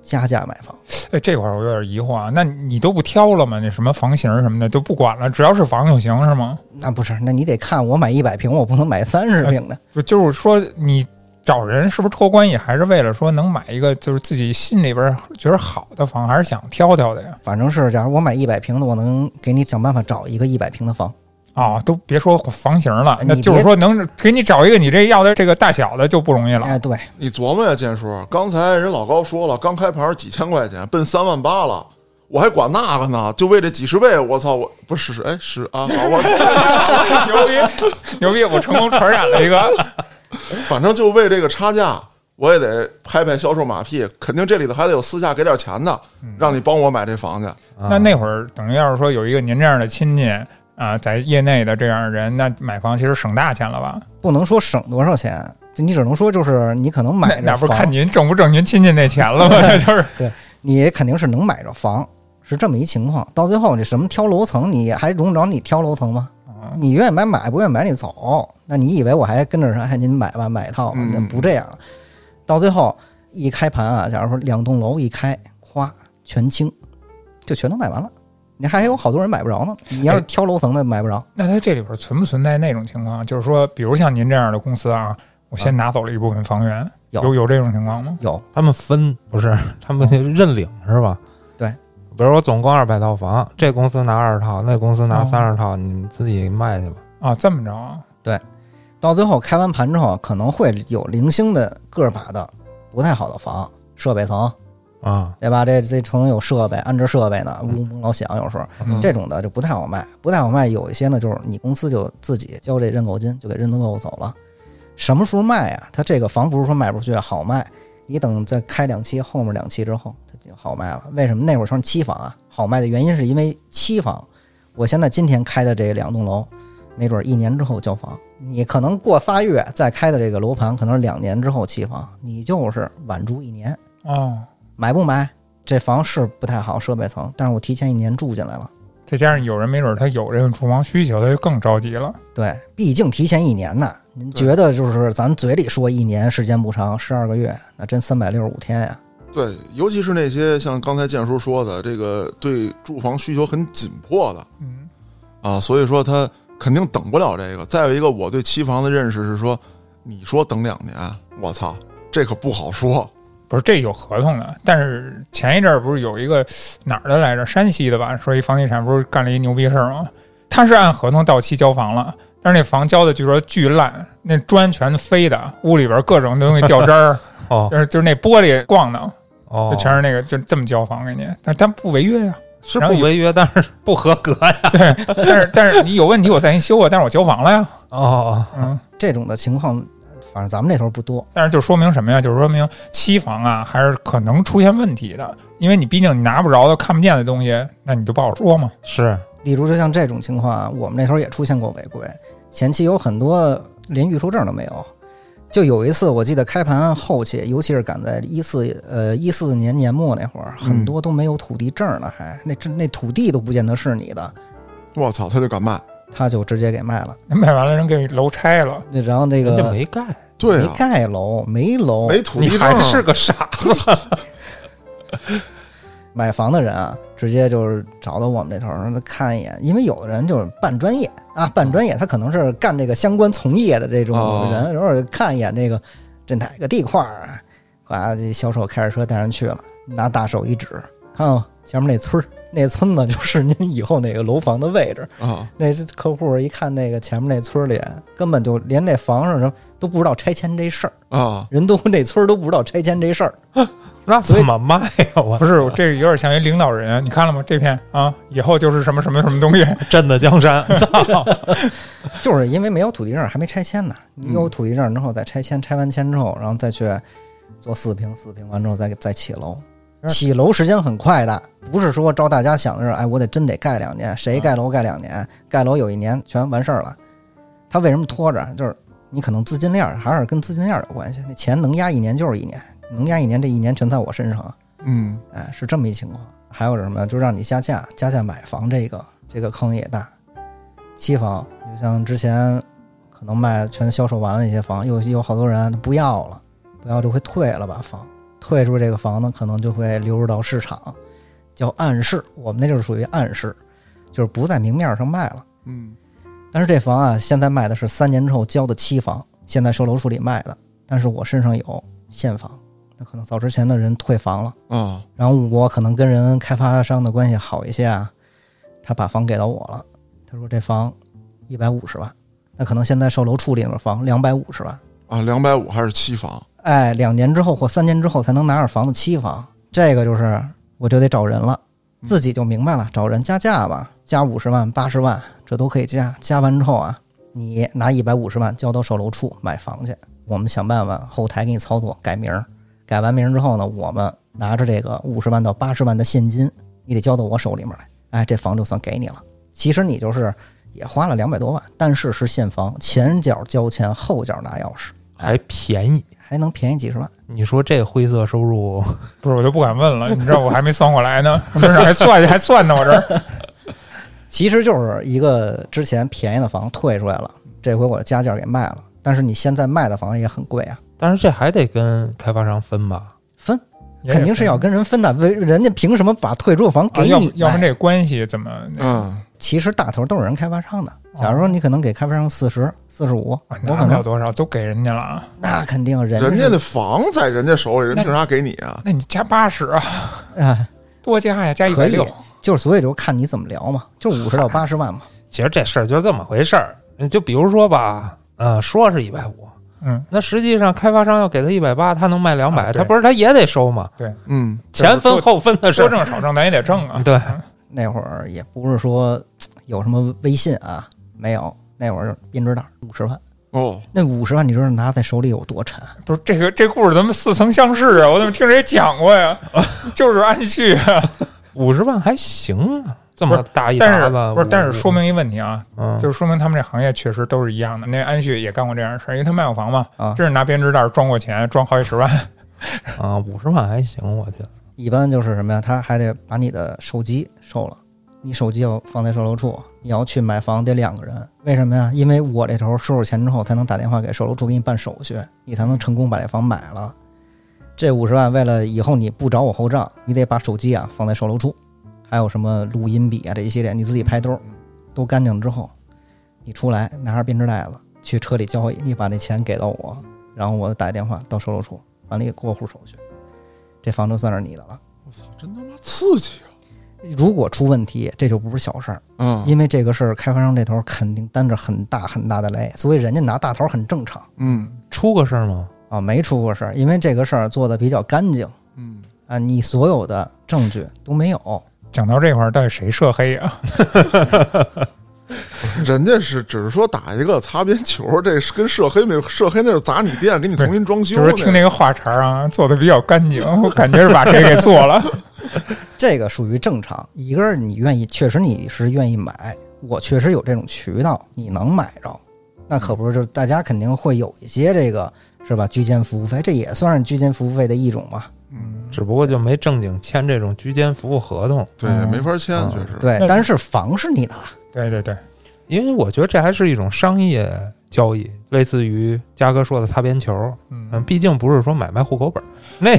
[SPEAKER 3] 加价买房，
[SPEAKER 2] 哎，这块儿我有点疑惑啊，那你都不挑了吗？那什么房型什么的都不管了，只要是房就行是吗？
[SPEAKER 3] 那不是，那你得看我买一百平，我不能买三十平
[SPEAKER 2] [LAUGHS]
[SPEAKER 3] 的。
[SPEAKER 2] 就就是说你找人是不是托关系，还是为了说能买一个就是自己心里边儿觉得好的房，还是想挑挑的呀？
[SPEAKER 3] 反正是，假如我买一百平的，我能给你想办法找一个一百平的房。
[SPEAKER 2] 啊、都别说房型了，
[SPEAKER 3] 哎
[SPEAKER 2] 那
[SPEAKER 3] 你
[SPEAKER 2] 就是
[SPEAKER 3] 别
[SPEAKER 2] 说能给你找一个你这要的这个大小的就不容易了。
[SPEAKER 3] 哎，对，
[SPEAKER 1] 你琢磨呀，建叔，刚才人老高说了，刚开盘几千块钱，奔三万八了。我还管那个呢，就为这几十倍，我操！我不是是哎是啊，好我
[SPEAKER 2] [LAUGHS]
[SPEAKER 1] [LAUGHS]
[SPEAKER 2] 牛逼，牛逼！我成功传染了一个。
[SPEAKER 1] 反正就为这个差价，我也得拍拍销售马屁，肯定这里头还得有私下给点钱的，让你帮我买这房去。
[SPEAKER 4] 啊
[SPEAKER 2] 那那会儿等于要是说有一个您这样的亲戚啊、在业内的这样的人，那买房其实省大钱了吧？
[SPEAKER 3] 不能说省多少钱，就你只能说就是你可能买
[SPEAKER 2] 那
[SPEAKER 3] 着
[SPEAKER 2] 那不是
[SPEAKER 3] 房
[SPEAKER 2] 看您挣不挣您亲戚那钱
[SPEAKER 3] [LAUGHS]
[SPEAKER 2] 了吗？ [LAUGHS] 就是
[SPEAKER 3] 你肯定是能买着房，是这么一情况。到最后你什么挑楼层，你还容着你挑楼层吗？你愿意买买，不愿意买你走。那你以为我还跟着说，哎，您买吧，买一套吧，
[SPEAKER 1] 嗯
[SPEAKER 3] 那不这样了。到最后一开盘啊，假如说两栋楼一开，夸全清，就全都买完了。你还有好多人买不着呢，你要是挑楼层的买不着，
[SPEAKER 2] 那它这里边存不存在那种情况？就是说，比如像您这样的公司啊，我先拿走了一部分房源，
[SPEAKER 3] 有
[SPEAKER 2] 有有这种情况吗？
[SPEAKER 3] 有
[SPEAKER 4] 他们分不是 [LAUGHS] 他们认领是吧？
[SPEAKER 3] 对，
[SPEAKER 4] 比如我总共二百套房，这公司拿二十套，那公司拿
[SPEAKER 2] 哦
[SPEAKER 4] 三十套，你们自己卖去吧。
[SPEAKER 2] 啊，这么着啊，
[SPEAKER 3] 到最后开完盘之后，可能会有零星的个把的不太好的房，设备层
[SPEAKER 4] 啊，
[SPEAKER 3] 对吧？这这层有设备，安置设备呢，嗡嗡老响，有时候
[SPEAKER 2] 嗯
[SPEAKER 3] 这种的就不太好卖，不太好卖。有一些呢，就是你公司就自己交这认购金，就给认购走了。什么时候卖啊？它这个房不是说卖不出去好卖，你等再开两期，后面两期之后它就好卖了。为什么那会儿说是期房啊？好卖的原因是因为期房，我现在今天开的这两栋楼，没准儿一年之后交房，你可能过仨月再开的这个楼盘，可能是两年之后期房，你就是晚住一年。
[SPEAKER 2] 哦，
[SPEAKER 3] 买不买？这房是不太好，设备层，但是我提前一年住进来了。
[SPEAKER 2] 再加上有人没准他有这个住房需求，他就更着急了。
[SPEAKER 3] 对，毕竟提前一年呐。您
[SPEAKER 1] 对
[SPEAKER 3] 觉得就是咱嘴里说一年时间不长，十二个月，那真三百六十五天呀、
[SPEAKER 1] 对，尤其是那些像刚才建叔说的，这个对住房需求很紧迫的
[SPEAKER 2] 嗯，
[SPEAKER 1] 啊，所以说他肯定等不了这个。再有一个，我对期房的认识是说，你说等两年，我操，这可不好说。
[SPEAKER 2] 不是，这有合同的。但是前一阵儿不是有一个哪儿的来着，山西的吧？说一房地产不是干了一牛逼事儿吗？他是按合同到期交房了，但是那房交的据说巨烂，那砖全飞的，屋里边各种东西掉渣儿，
[SPEAKER 4] [LAUGHS] 哦
[SPEAKER 2] 就是就是那玻璃咣当，
[SPEAKER 4] 哦，
[SPEAKER 2] 就全是那个，就这么交房给你，但但不违约呀、
[SPEAKER 4] 是
[SPEAKER 2] 然后
[SPEAKER 4] 不
[SPEAKER 2] 有
[SPEAKER 4] 违约，但是不合格呀。
[SPEAKER 2] 但是但是你有问题我再给你修啊，但是我交房了呀，
[SPEAKER 4] 哦哦，
[SPEAKER 2] 嗯，
[SPEAKER 3] 这种的情况，反正咱们这头不多。
[SPEAKER 2] 但是就说明什么呀？就是说明期房啊还是可能出现问题的，因为你毕竟你拿不着的、看不见的东西，那你就不好说嘛。
[SPEAKER 4] 是
[SPEAKER 3] 例如，就像这种情况啊，我们那头也出现过违规，前期有很多连预售证都没有。就有一次，我记得开盘后期，尤其是赶在一四呃一四年年末那会儿，很多都没有土地证呢，还那这那土地都不见得是你的，
[SPEAKER 1] 我操，他就敢卖。
[SPEAKER 3] 他就直接给卖了。
[SPEAKER 2] 那卖完了人给楼拆了，
[SPEAKER 3] 那然后那
[SPEAKER 4] 人
[SPEAKER 3] 个
[SPEAKER 4] 家没盖，
[SPEAKER 1] 对
[SPEAKER 3] 没
[SPEAKER 1] 啊，
[SPEAKER 3] 盖楼，没楼，
[SPEAKER 1] 没土
[SPEAKER 4] 你
[SPEAKER 1] 地证
[SPEAKER 4] 还
[SPEAKER 1] 啊，
[SPEAKER 4] 是个傻子。
[SPEAKER 3] 买房的人啊，直接就是找到我们这头儿让他看一眼，因为有的人就是半专业啊，半专业他可能是干这个相关从业的这种
[SPEAKER 1] 哦
[SPEAKER 3] 人，然后看一眼这个这哪个地块儿啊，呱，这销售开着车带人去了，拿大手一指，看哦前面那村儿，那村子就是您以后哪个楼房的位置。
[SPEAKER 1] 啊，
[SPEAKER 3] 那客户一看那个前面那村儿里，根本就连那房上什么都不知道拆迁这事儿，
[SPEAKER 1] 啊，
[SPEAKER 3] 人都 [LAUGHS] 那村儿都不知道拆迁这事儿。
[SPEAKER 4] 那怎么卖呀？我
[SPEAKER 2] 不是我这个有点像一领导人，你看了吗？这片啊，以后就是什么什么什么东西， [LAUGHS]
[SPEAKER 4] 真的江山，操！
[SPEAKER 3] [LAUGHS] 就是因为没有土地证，还没拆迁呢。你有土地证之后再拆迁，拆完迁之后，然后再去做四平，四平完之后再再起楼。起楼时间很快的，不是说照大家想的是，哎，我得真得盖两年，谁盖楼盖两年，盖楼有一年全完事儿了。他为什么拖着？就是你可能资金链儿还是跟资金链儿有关系，那钱能压一年就是一年，能压一年这一年全在我身上。
[SPEAKER 1] 嗯，
[SPEAKER 3] 哎，是这么一情况。还有什么，就让你加价，加价买房这个这个坑也大。期房，就像之前可能卖全销售完了那些房，有有好多人啊不要了，不要就会退了把房，退出这个房呢，可能就会流入到市场，叫暗示。我们那就是属于暗示，就是不在明面上卖了。
[SPEAKER 1] 嗯，
[SPEAKER 3] 但是这房啊，现在卖的是三年之后交的期房，现在售楼处里卖的，但是我身上有现房，那可能早之前的人退房了。
[SPEAKER 1] 啊，
[SPEAKER 3] 然后我可能跟人开发商的关系好一些啊，他把房给到我了，他说这房一百五十万，那可能现在售楼处里面房两百五十万，
[SPEAKER 1] 啊，两百五还是期房？
[SPEAKER 3] 哎，两年之后或三年之后才能拿着房子期房，这个就是我就得找人了，
[SPEAKER 1] 嗯
[SPEAKER 3] 自己就明白了，找人加价吧，加五十万、八十万，这都可以加。加完之后啊，你拿一百五十万交到售楼处买房去，我们想办法后台给你操作改名儿，改完名儿之后呢，我们拿着这个五十万到八十万的现金，你得交到我手里面来，哎，这房就算给你了。其实你就是也花了两百多万，但是是现房，前脚交钱，后脚拿钥匙，
[SPEAKER 4] 还便宜。
[SPEAKER 3] 还能便宜几十万。
[SPEAKER 4] 你说这灰色收入，
[SPEAKER 2] 不是我就不敢问了。你知道我还没算过来呢，我这还算还算呢，我这儿
[SPEAKER 3] 其实就是一个之前便宜的房退出来了，这回我加价给卖了。但是你现在卖的房也很贵啊，
[SPEAKER 4] 但是这还得跟开发商分吧？
[SPEAKER 3] 分
[SPEAKER 2] 也得
[SPEAKER 3] 肯定是要跟人分的。为人家凭什么把退出房
[SPEAKER 2] 啊，
[SPEAKER 3] 给
[SPEAKER 2] 要
[SPEAKER 3] 你？
[SPEAKER 2] 要不然
[SPEAKER 3] 哎
[SPEAKER 2] 这关系怎么？那啊
[SPEAKER 1] 嗯，
[SPEAKER 3] 其实大头都是人开发商的。假如说你可能给开发商四十四十五，
[SPEAKER 2] 哦啊
[SPEAKER 3] 我
[SPEAKER 2] 拿
[SPEAKER 3] 可
[SPEAKER 2] 不了
[SPEAKER 3] 能
[SPEAKER 2] 多少，都给人家了啊。
[SPEAKER 3] 那肯定人
[SPEAKER 1] 人家
[SPEAKER 3] 是
[SPEAKER 1] 的房在人家手里，人
[SPEAKER 2] 那
[SPEAKER 1] 凭啥给你啊？
[SPEAKER 2] 那你加八十啊，
[SPEAKER 3] 哎，
[SPEAKER 2] 多加呀，加一
[SPEAKER 3] 可
[SPEAKER 2] 百
[SPEAKER 3] 以
[SPEAKER 2] 六。
[SPEAKER 3] 就是所以就看你怎么聊嘛，就五十到八十万嘛。
[SPEAKER 4] 其实这事儿就是这么回事儿。嗯就比如说吧，呃，说是一百五，
[SPEAKER 2] 嗯，
[SPEAKER 4] 那实际上开发商要给他一百八，他能卖两百、
[SPEAKER 2] 啊对
[SPEAKER 4] 他不是他也得收吗？
[SPEAKER 1] 嗯，
[SPEAKER 4] 前分后分的事
[SPEAKER 2] 多
[SPEAKER 4] 儿，嗯
[SPEAKER 2] 挣少挣咱也得挣
[SPEAKER 3] 嗯
[SPEAKER 2] 啊。
[SPEAKER 4] 对，
[SPEAKER 3] 那会儿也不是说嘖有什么微信啊，没有。那会儿编织袋五十万，
[SPEAKER 1] 哦，
[SPEAKER 3] 那五十万你知道拿在手里有多沉？
[SPEAKER 2] 不是这个这故事咱们似曾相识啊，我怎么听谁讲过
[SPEAKER 3] [LAUGHS]
[SPEAKER 2] 呀？就是安旭啊，
[SPEAKER 4] 五十万还行啊，这
[SPEAKER 2] 不
[SPEAKER 4] 么大一
[SPEAKER 2] 但
[SPEAKER 4] 沓
[SPEAKER 2] 是
[SPEAKER 4] 子，
[SPEAKER 2] 不是？但是
[SPEAKER 4] 55
[SPEAKER 2] 说，明一问题啊，
[SPEAKER 4] 嗯，
[SPEAKER 2] 就是说明他们这行业确实都是一样的。那安旭也干过这样的事儿，因为他卖过房嘛，
[SPEAKER 3] 啊
[SPEAKER 2] 真是拿编织袋装过钱，装好几十万。
[SPEAKER 4] 啊，五十万还行，我觉得。
[SPEAKER 3] 一般就是什么呀？他还得把你的手机收了，你手机要放在售楼处，你要去买房得两个人，为什么呀？因为我这头收着钱之后，才能打电话给售楼处给你办手续，你才能成功把这房买了。这五十万为了以后你不找我后账，你得把手机啊放在售楼处，还有什么录音笔啊这一系列，你自己拍兜，都干净之后，你出来拿着编织袋子去车里交易，你把那钱给到我，然后我打一电话到售楼处把你给过户手续，这房就算是你的了。
[SPEAKER 1] 我操，真他妈刺激啊！
[SPEAKER 3] 如果出问题，这就不是小事儿，
[SPEAKER 1] 嗯
[SPEAKER 3] 因为这个事儿开发商这头肯定担着很大很大的累，所以人家拿大头很正常
[SPEAKER 1] 嗯
[SPEAKER 4] 出过事儿吗？
[SPEAKER 3] 啊，没出过事儿，因为这个事儿做的比较干净
[SPEAKER 1] 嗯，
[SPEAKER 3] 啊，你所有的证据都没有，
[SPEAKER 2] 讲到这块儿，到底谁涉黑啊？
[SPEAKER 1] 人家是只是说打一个擦边球，这是跟涉黑没有涉黑那是砸你店，给你重新装修
[SPEAKER 2] 就
[SPEAKER 1] 呢。
[SPEAKER 2] 是听那个嗯话茬儿啊，做的比较干净，我感觉是把谁给做了。 [LAUGHS]
[SPEAKER 3] 这个属于正常。一个是你愿意，确实你是愿意买，我确实有这种渠道，你能买着，那可不是，就是大家肯定会有一些这个是吧？居间服务费，这也算是居间服务费的一种嘛。
[SPEAKER 1] 嗯，
[SPEAKER 4] 只不过就没正经签这种居间服务合同，
[SPEAKER 1] 对，
[SPEAKER 2] 嗯
[SPEAKER 1] 没法签，
[SPEAKER 4] 嗯
[SPEAKER 1] 确实。
[SPEAKER 3] 对
[SPEAKER 2] 那，
[SPEAKER 3] 但是房是你的了，
[SPEAKER 2] 对对对，
[SPEAKER 4] 因为我觉得这还是一种商业交易，类似于嘉哥说的擦边球。嗯，
[SPEAKER 2] 嗯，
[SPEAKER 4] 毕竟不是说买卖户口本儿，那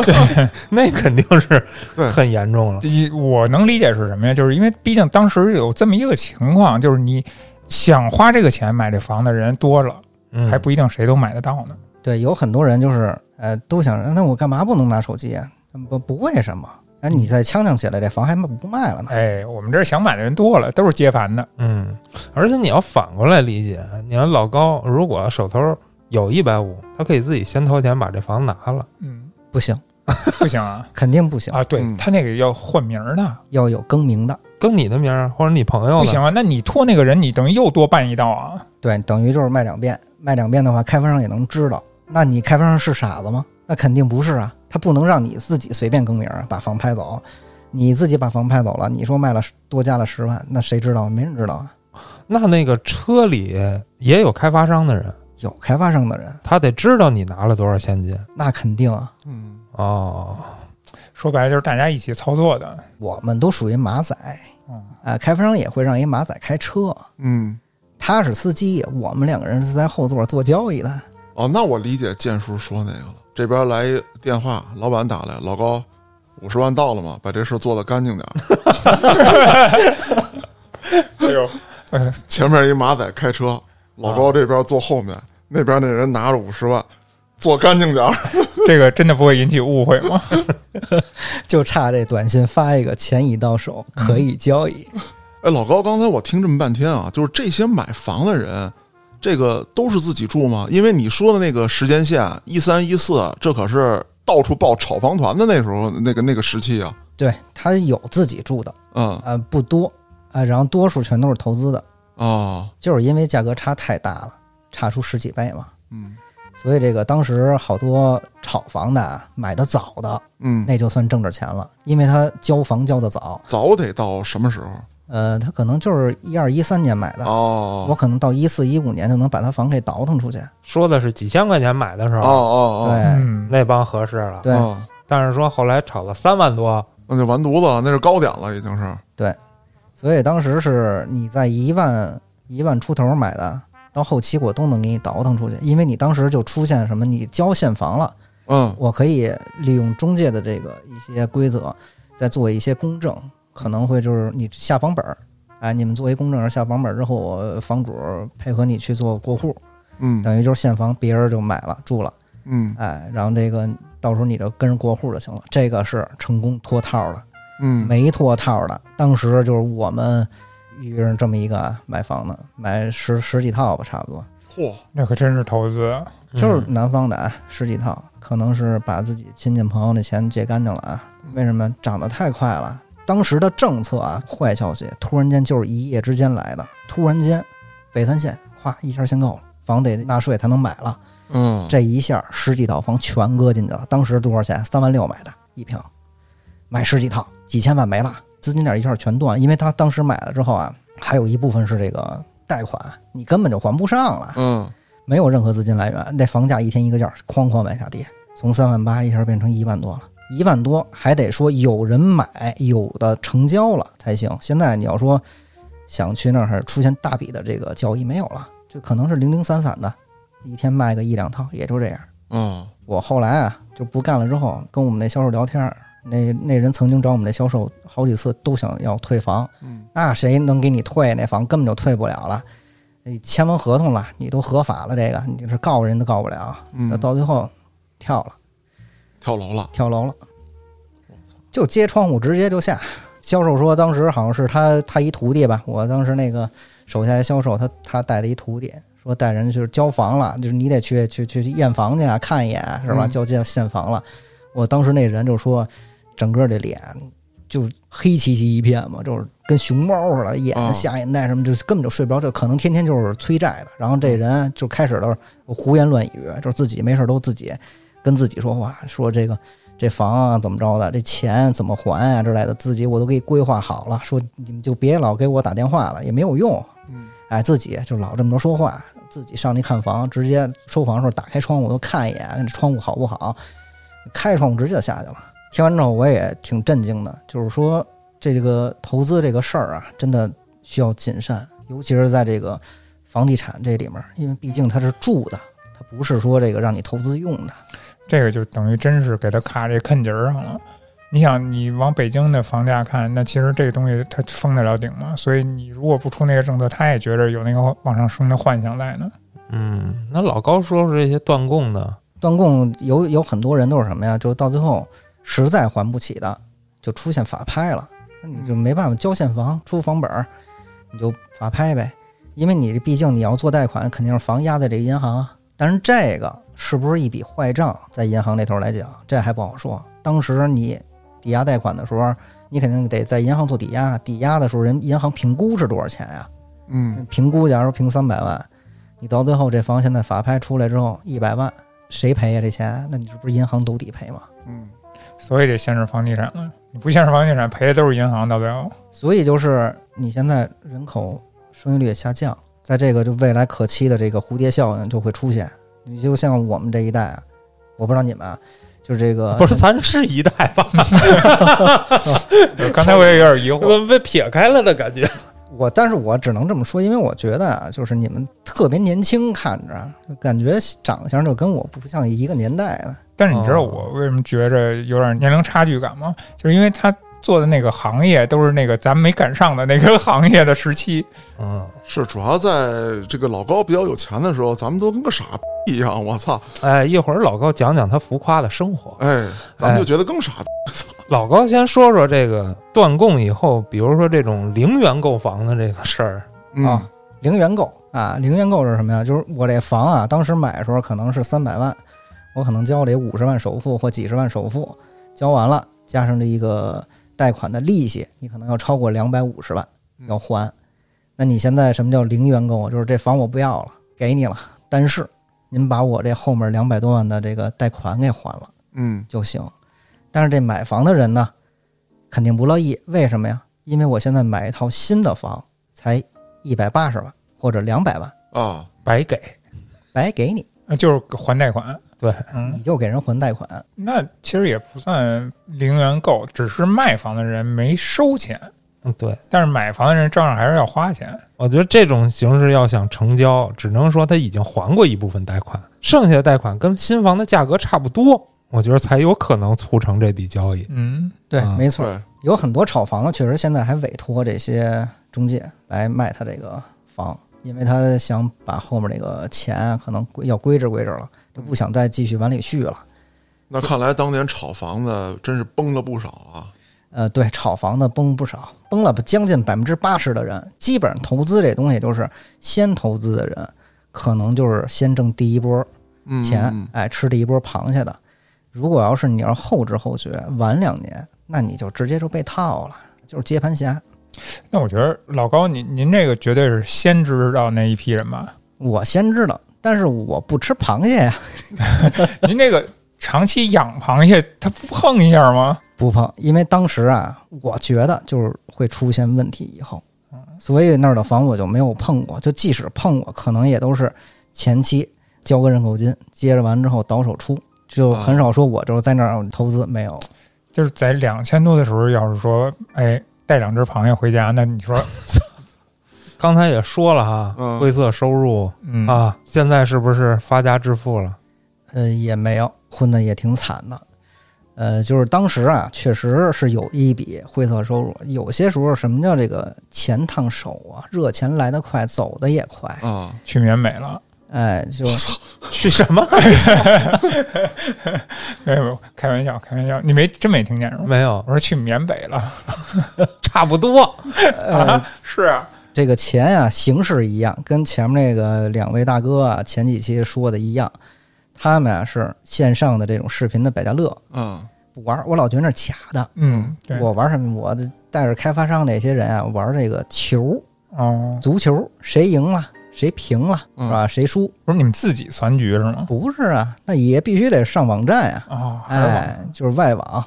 [SPEAKER 2] [LAUGHS]
[SPEAKER 4] 个那肯定是
[SPEAKER 1] 对
[SPEAKER 4] 很严重了。
[SPEAKER 2] 一我能理解是什么呀？就是因为毕竟当时有这么一个情况，就是你想花这个钱买这房的人多了，
[SPEAKER 4] 嗯，
[SPEAKER 2] 还不一定谁都买得到呢。
[SPEAKER 3] 对，有很多人就是呃都想着，那我干嘛不能拿手机啊？不不为什么？哎，你再呛呛起来，这房还卖不卖了呢？
[SPEAKER 2] 哎，我们这儿想买的人多了，都是接盘的。
[SPEAKER 4] 嗯，而且你要反过来理解，你看老高如果手头有一百五，他可以自己先掏钱把这房拿了。
[SPEAKER 2] 嗯，
[SPEAKER 3] 不行，
[SPEAKER 2] 不行啊
[SPEAKER 3] 肯定不行，
[SPEAKER 2] 啊！对
[SPEAKER 1] 嗯
[SPEAKER 2] 他那个要换名儿的，
[SPEAKER 3] 要有更名的。
[SPEAKER 4] 更你的名儿或者你朋友
[SPEAKER 2] 不
[SPEAKER 4] 的
[SPEAKER 2] 行啊！那你拖那个人，你等于又多办一道啊！
[SPEAKER 3] 对，等于就是卖两遍，卖两遍的话，开发商也能知道。那你开发商是傻子吗？那肯定不是啊，他不能让你自己随便更名儿把房拍走，你自己把房拍走了，你说卖了多加了十万，那谁知道？没人知道啊。
[SPEAKER 4] 那那个车里也有开发商的人，
[SPEAKER 3] 有开发商的人，
[SPEAKER 4] 他得知道你拿了多少现金
[SPEAKER 3] 那肯定啊，
[SPEAKER 1] 嗯，
[SPEAKER 4] 哦。
[SPEAKER 2] 说白了就是大家一起操作的。
[SPEAKER 3] 我们都属于马仔
[SPEAKER 2] 嗯，
[SPEAKER 3] 啊，开发商也会让一马仔开车，
[SPEAKER 1] 嗯，
[SPEAKER 3] 他是司机，我们两个人是在后座做交易的。 [LAUGHS]
[SPEAKER 1] 哦，那我理解建叔说那个了。这边来一电话，老板打来，老高，五十万到了吗？把这事儿做得干净点
[SPEAKER 2] [LAUGHS]
[SPEAKER 1] 儿。
[SPEAKER 2] 哎呦，
[SPEAKER 1] 前面一马仔开车，老
[SPEAKER 2] 啊
[SPEAKER 1] 高这边坐后面，那边那人拿着五十万，做干净点儿。
[SPEAKER 2] [LAUGHS] 这个真的不会引起误会吗？
[SPEAKER 3] 就差这短信发一个，钱已到手，可以交易。
[SPEAKER 1] 哎，老高，刚才我听这么半天啊，就是这些买房的人，这个都是自己住吗？因为你说的那个时间线啊一三一四，14, 这可是到处报炒房团的那时候那个那个时期啊。
[SPEAKER 3] 对他有自己住的，
[SPEAKER 1] 嗯
[SPEAKER 3] 呃，不多啊、然后多数全都是投资的，
[SPEAKER 1] 啊，
[SPEAKER 3] 就是因为价格差太大了，差出十几倍嘛。
[SPEAKER 1] 嗯
[SPEAKER 3] 所以这个当时好多炒房的啊买的早的，
[SPEAKER 1] 嗯，
[SPEAKER 3] 那就算挣着钱了，因为他交房交的早，
[SPEAKER 1] 早得到什么时候？
[SPEAKER 3] 呃，他可能就是一二一三年买的，我
[SPEAKER 1] 哦
[SPEAKER 3] 可能到一四一五年就能把他房给倒腾出去。
[SPEAKER 4] 说的是几千块钱买的时
[SPEAKER 1] 哦
[SPEAKER 4] 候，
[SPEAKER 1] 哦哦，
[SPEAKER 3] 对
[SPEAKER 2] 嗯，
[SPEAKER 4] 那帮合适了。
[SPEAKER 3] 对，
[SPEAKER 1] 嗯
[SPEAKER 4] 但是说后来炒了三万多，
[SPEAKER 1] 那就完犊子了，那是高点了，已经是。
[SPEAKER 3] 所以当时是你在一万一万出头买的，到后期我都能给你倒腾出去，因为你当时就出现什么，你交现房了，
[SPEAKER 1] 嗯
[SPEAKER 3] 我可以利用中介的这个一些规则，再做一些公证，可能会就是你下房本儿，哎，你们做一公证，下房本儿之后，我房主配合你去做过户，
[SPEAKER 1] 嗯
[SPEAKER 3] 等于就是现房，别人就买了住了，
[SPEAKER 1] 嗯
[SPEAKER 3] 哎，然后这个到时候你就跟着过户就行了。这个是成功脱套了，
[SPEAKER 1] 嗯，
[SPEAKER 3] 没脱套的，当时就是我们遇上这么一个啊买房的，买十十几套吧，差不多。
[SPEAKER 1] 嚯，
[SPEAKER 2] 那可真是投资。
[SPEAKER 3] 就是南方的啊，十几套，可能是把自己亲戚朋友的钱借干净了啊。为什么涨得太快了？当时的政策啊，坏消息突然间就是一夜之间来的，突然间，北三县咵一下限购了，房得纳税才能买了，
[SPEAKER 1] 嗯，
[SPEAKER 3] 这一下十几套房全搁进去了。当时多少钱？三万六买的一平，买十几套，几千万没了，资金链一下全断了，因为他当时买了之后啊，还有一部分是这个贷款，你根本就还不上了。
[SPEAKER 1] 嗯
[SPEAKER 3] 没有任何资金来源，那房价一天一个价儿，哐哐往下跌，从三万八一下变成一万多了。一万多还得说有人买，有的成交了才行。现在你要说想去那儿出现大笔的这个交易没有了，就可能是零零散散的，一天卖个一两套，也就这样。
[SPEAKER 1] 嗯
[SPEAKER 3] 我后来啊就不干了，之后跟我们那销售聊天儿，那那人曾经找我们那销售好几次都想要退房，
[SPEAKER 1] 嗯
[SPEAKER 3] 那谁能给你退那房？根本就退不了了。你签完合同了，你都合法了，这个你是告人都告不了。那
[SPEAKER 1] 嗯，
[SPEAKER 3] 到最后跳了，
[SPEAKER 1] 跳楼了，
[SPEAKER 3] 跳楼了，就揭窗户直接就下。销售说，当时好像是他他一徒弟吧，我当时那个手下的销售，他他带的一徒弟，说带人就是交房了，就是你得去去去去验房去啊，看一眼啊是吧？
[SPEAKER 1] 嗯
[SPEAKER 3] 交接现房了。我当时那人就说，整个这脸就黑漆漆一片嘛，就是跟熊猫似的，眼
[SPEAKER 1] 啊
[SPEAKER 3] 下眼袋什么，就是根本就睡不着，这可能天天就是催债的。然后这人就开始的胡言乱语，就是自己没事儿都自己跟自己说话，说这个这房啊怎么着的，这钱怎么还啊之类的，自己我都给你规划好了，说你们就别老给我打电话了，也没有用。
[SPEAKER 1] 嗯
[SPEAKER 3] 哎，自己就老这么着说话，自己上去看房，直接收房的时候打开窗户都看一眼，这窗户好不好？开窗户直接就下去了。听完之后我也挺震惊的，就是说这个投资这个事儿啊，真的需要谨慎，尤其是在这个房地产这里面，因为毕竟它是住的，它不是说这个让你投资用的。
[SPEAKER 2] 这个就等于真是给他卡这坑节儿上了。你想，你往北京的房价看，那其实这个东西它封得了顶吗？所以你如果不出那个政策，他也觉着有那个往上升的幻想在呢。
[SPEAKER 4] 嗯，那老高说说这些断供的，
[SPEAKER 3] 断供有有很多人都是什么呀？就到最后实在还不起的，就出现法拍了，那你就没办法交现房、出房本儿，你就法拍呗。因为你毕竟你要做贷款，肯定是房压在这个银行啊。但是这个是不是一笔坏账，在银行那头来讲，这还不好说。当时你抵押贷款的时候，你肯定得在银行做抵押，抵押的时候人银行评估是多少钱呀、啊
[SPEAKER 1] 嗯
[SPEAKER 3] 评估，假如评三百万，你到最后这房现在法拍出来之后一百万，谁赔呀、这钱？那你这不是银行兜底赔吗？
[SPEAKER 1] 嗯
[SPEAKER 2] 所以得限制房地产了。你不限制房地产，赔的都是银行到最后。
[SPEAKER 3] 所以就是你现在人口生育率下降，在这个就未来可期的这个蝴蝶效应就会出现。你就像我们这一代啊，我不知道你们啊，就是这个
[SPEAKER 4] 不是咱是一代吧？
[SPEAKER 2] 呃刚才我也有点疑
[SPEAKER 4] [LAUGHS] 怎
[SPEAKER 2] 惑，
[SPEAKER 4] 么被撇开了的感觉？
[SPEAKER 3] 我，但是我只能这么说，因为我觉得啊，就是你们特别年轻，看着就感觉长相就跟我不像一个年代的。
[SPEAKER 2] 但是你知道我为什么觉着有点年龄差距感吗？就是因为他做的那个行业都是那个咱没赶上的那个行业的时期。
[SPEAKER 4] 嗯，
[SPEAKER 1] 是主要在这个老高比较有钱的时候，咱们都跟个傻逼一样，我操，
[SPEAKER 4] 哎，一会儿老高讲讲他浮夸的生活。
[SPEAKER 1] 哎，咱们就觉得更傻逼，
[SPEAKER 4] 老高先说说这个断供以后，比如说这种零元购房的这个事儿， [LAUGHS]
[SPEAKER 1] 嗯
[SPEAKER 3] 啊，零元购啊，零元购是什么呀？就是我这房啊，当时买的时候可能是三百万，我可能交了五十万首付或几十万首付，交完了加上这一个贷款的利息，你可能要超过两百五十万
[SPEAKER 1] 嗯
[SPEAKER 3] 要还。那你现在什么叫零元购啊？就是这房我不要了，给你了，但是您把我这后面两百多万的这个贷款给还了。
[SPEAKER 1] 嗯
[SPEAKER 3] 就行。但是这买房的人呢，肯定不乐意，为什么呀？因为我现在买一套新的房才一百八十万或者两百万，
[SPEAKER 1] 啊，
[SPEAKER 4] 白给。
[SPEAKER 3] 白给你，
[SPEAKER 2] 呃就是还贷款。
[SPEAKER 4] 对，
[SPEAKER 2] 嗯
[SPEAKER 3] 你，就给人还贷款。
[SPEAKER 2] 那其实也不算零元购，只是卖房的人没收钱，
[SPEAKER 4] 嗯，对，
[SPEAKER 2] 但是买房的人照样还是要花钱。
[SPEAKER 4] 我觉得这种形式要想成交，只能说他已经还过一部分贷款，剩下的贷款跟新房的价格差不多。我觉得才有可能促成这笔交易。
[SPEAKER 2] 嗯，
[SPEAKER 3] 对，
[SPEAKER 4] 嗯
[SPEAKER 3] 没错，
[SPEAKER 1] 对，
[SPEAKER 3] 有很多炒房的确实现在还委托这些中介来卖他这个房，因为他想把后面这个钱啊可能归要归置归置了，就不想再继续往里续了。
[SPEAKER 1] 那看来当年炒房子真是崩了不少啊。
[SPEAKER 3] 呃，对，炒房的崩不少，崩了将近百分之八十的人，基本上投资这东西就是先投资的人，可能就是先挣第一波
[SPEAKER 1] 嗯，
[SPEAKER 3] 钱
[SPEAKER 1] 嗯，
[SPEAKER 3] 哎，吃第一波螃蟹的。如果要是你要后知后觉，晚两年，那你就直接就被套了，就是接盘侠。
[SPEAKER 2] 那我觉得老高，您您这个绝对是先知道那一批人吧？ [LAUGHS]
[SPEAKER 3] 我先知道，但是我不吃螃蟹呀，
[SPEAKER 2] 您这个长期养螃蟹，它不碰一下吗？
[SPEAKER 3] 不碰，因为当时啊，我觉得就是会出现问题以后，所以那儿的房我就没有碰过，就即使碰过，可能也都是前期交个认购金，接着完之后倒手出，就很少说我就是在那儿投资没有。
[SPEAKER 2] 就是在两千多的时候，要是说，哎，带两只螃蟹回家，那你
[SPEAKER 4] [LAUGHS]
[SPEAKER 2] 说，
[SPEAKER 4] 刚才也说了哈，
[SPEAKER 1] 嗯
[SPEAKER 4] 灰色收入
[SPEAKER 2] 嗯，
[SPEAKER 4] 啊，现在是不是发家致富了？
[SPEAKER 3] 呃，也没有，混的也挺惨的。呃，就是当时啊，确实是有一笔灰色收入。有些时候，什么叫这个钱烫手啊？热钱来得快，走得也快。
[SPEAKER 1] 啊，
[SPEAKER 2] 去缅北了，
[SPEAKER 3] 哎，就
[SPEAKER 4] 去什么？
[SPEAKER 2] [LAUGHS] 没有没有，开玩笑，开玩笑，你没真没听见是吗？
[SPEAKER 4] 没有
[SPEAKER 2] 我，说去缅北了，
[SPEAKER 4] [LAUGHS] 差不多。
[SPEAKER 3] 呃，
[SPEAKER 2] 是 [LAUGHS] 啊，
[SPEAKER 3] 这个钱啊，形式一样，跟前面那个两位大哥啊前几期说的一样，他们啊是线上的这种视频的百家乐，
[SPEAKER 1] 嗯，
[SPEAKER 3] 不玩儿，我老觉得那是假的。
[SPEAKER 2] 嗯，对，
[SPEAKER 3] 我玩什么？我带着开发商那些人啊玩这个球，
[SPEAKER 2] 哦，
[SPEAKER 3] 足球，谁赢了谁平了
[SPEAKER 1] 嗯
[SPEAKER 3] 是吧？谁输？
[SPEAKER 2] 不是你们自己攒局是吗？
[SPEAKER 3] 不是啊，那也必须得上网站啊呀、
[SPEAKER 2] 哦，还有网
[SPEAKER 3] 哎，就是外网。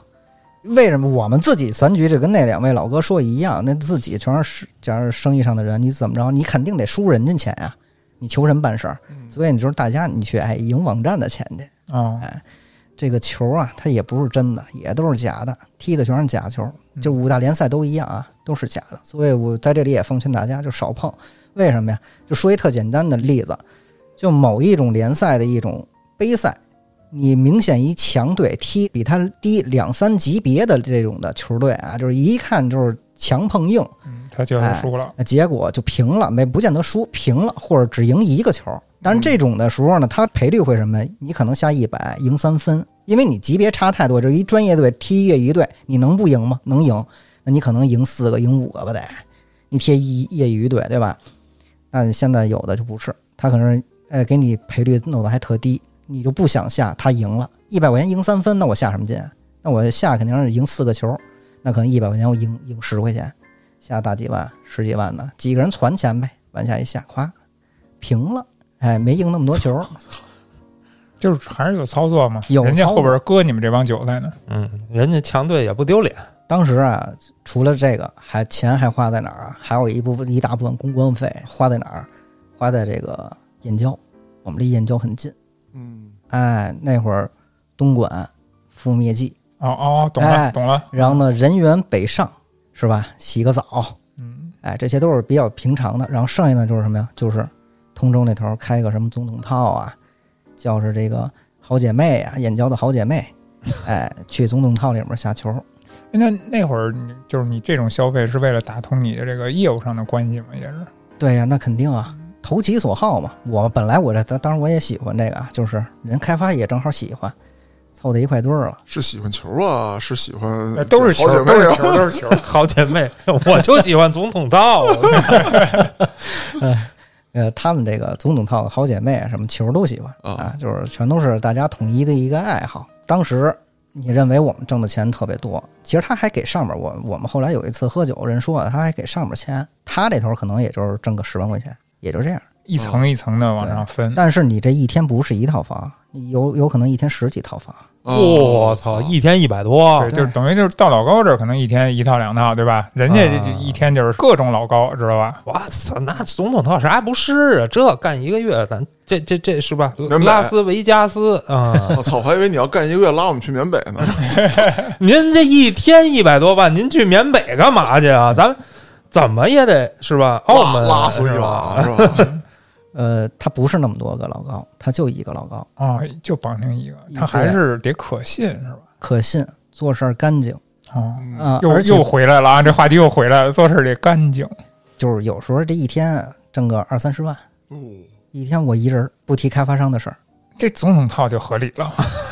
[SPEAKER 3] 为什么我们自己攒局就跟那两位老哥说一样？那自己全是假如生意上的人，你怎么着？你肯定得输人家钱呀、你求人办事儿，
[SPEAKER 2] 嗯
[SPEAKER 3] 所以你就是大家你去哎赢网站的钱去。
[SPEAKER 2] 哦，
[SPEAKER 3] 哎这个球啊，它也不是真的，也都是假的，踢的全是假球。就五大联赛都一样啊，都是假的。所以我在这里也奉劝大家，就少碰。为什么呀？就说一特简单的例子，就某一种联赛的一种杯赛，你明显一强队踢比他低两三级别的这种的球队啊，就是一看就是强碰硬，
[SPEAKER 2] 嗯，他就是输了，
[SPEAKER 3] 结果就平了，没不见得输，平了或者只赢一个球。但是这种的时候呢，它赔率会什么？你可能下一百赢三分，因为你级别差太多。就是一专业队踢业余队，你能不赢吗？能赢，那你可能赢四个、赢五个吧得。你踢业业余队对吧？那现在有的就不是，他可能呃给你赔率弄得还特低，你就不想下，他赢了，一百块钱赢三分，那我下什么劲？啊那我下肯定是赢四个球，那可能一百块钱我赢赢十块钱，下大几万、十几万的，几个人攒钱呗，往下一下，夸平了，哎，没赢那么多球，
[SPEAKER 2] 就是还是有操作嘛，
[SPEAKER 3] 有
[SPEAKER 2] 人家
[SPEAKER 3] 操
[SPEAKER 2] 后
[SPEAKER 3] 作
[SPEAKER 2] 边割你们这帮韭菜呢，
[SPEAKER 4] 嗯，人家强队也不丢脸。
[SPEAKER 3] 当时啊，除了这个，还钱还花在哪儿啊？还有一部分一大部分公关费花在哪儿？花在这个燕郊，我们离燕郊很近。
[SPEAKER 1] 嗯，
[SPEAKER 3] 哎，那会儿东莞覆灭剂，
[SPEAKER 2] 哦哦，懂了
[SPEAKER 3] 哎
[SPEAKER 2] 懂了，
[SPEAKER 3] 然后呢人员北上是吧？洗个澡，
[SPEAKER 2] 嗯，
[SPEAKER 3] 哎，这些都是比较平常的。然后剩下的就是什么呀？就是通州那头儿开个什么总统套啊，叫是这个好姐妹啊，燕郊的好姐妹，哎，去总统套里面下球。
[SPEAKER 2] 那那会儿你就是你这种消费是为了打通你的这个业务上的关系嘛，也是，
[SPEAKER 3] 对呀、那肯定啊，投其所好嘛。我本来我这当当然我也喜欢这个啊，就是人开发也正好喜欢，凑在一块堆儿了。
[SPEAKER 1] 是喜欢球啊，是喜欢
[SPEAKER 2] 哎都是球
[SPEAKER 1] 好姐，妹
[SPEAKER 2] 都是
[SPEAKER 1] 啊
[SPEAKER 2] 球，都是球，
[SPEAKER 4] [LAUGHS] 好姐妹，我就喜欢总统套。
[SPEAKER 2] [LAUGHS]
[SPEAKER 3] 呃，他们这个总统套的好姐妹啊什么球都喜欢
[SPEAKER 1] 啊，
[SPEAKER 3] 啊，就是全都是大家统一的一个爱好。当时你认为我们挣的钱特别多，其实他还给上面我我们后来有一次喝酒，人说啊他还给上面钱，他这头可能也就是挣个十万块钱，也就这样。
[SPEAKER 2] 一层一层的往
[SPEAKER 3] 对
[SPEAKER 2] 上分，
[SPEAKER 3] 但是你这一天不是一套房，你有有可能一天十几套房。
[SPEAKER 1] 嗯
[SPEAKER 4] 我
[SPEAKER 1] 啊
[SPEAKER 2] 哦
[SPEAKER 4] 操，一天一百多
[SPEAKER 2] 对，，就是等于就是到老高这儿，可能一天一套两套，对吧？人家
[SPEAKER 4] 啊
[SPEAKER 2] 就一天就是各种老高，知道吧？
[SPEAKER 4] 我操，那总统套啥也不是啊？这干一个月，咱这这这是吧？
[SPEAKER 1] 南北
[SPEAKER 4] 拉斯维加斯啊，
[SPEAKER 1] [LAUGHS] 我操，我还以为你要干一个月拉我们去缅北
[SPEAKER 2] [LAUGHS]
[SPEAKER 1] 呢。
[SPEAKER 4] 您这一天一百多万，您去缅北干嘛去啊？咱们怎么也得是吧？澳
[SPEAKER 1] 拉
[SPEAKER 4] 门
[SPEAKER 1] 拉死一
[SPEAKER 4] 是吧
[SPEAKER 1] 把是吧？
[SPEAKER 3] 呃，他不是那么多个老高，他就一个老高，
[SPEAKER 2] 啊，就绑定一个，他还是得可信是吧？
[SPEAKER 3] 可信，做事儿干净
[SPEAKER 2] 啊，
[SPEAKER 1] 嗯
[SPEAKER 3] 啊，
[SPEAKER 2] 又
[SPEAKER 3] 而且
[SPEAKER 2] 又回来了啊，这话题又回来了，做事得干净。
[SPEAKER 3] 就是有时候这一天啊挣个二三十万，
[SPEAKER 1] 嗯
[SPEAKER 3] 一天我一人儿不提开发商的事儿，
[SPEAKER 2] 这总统套就合理了，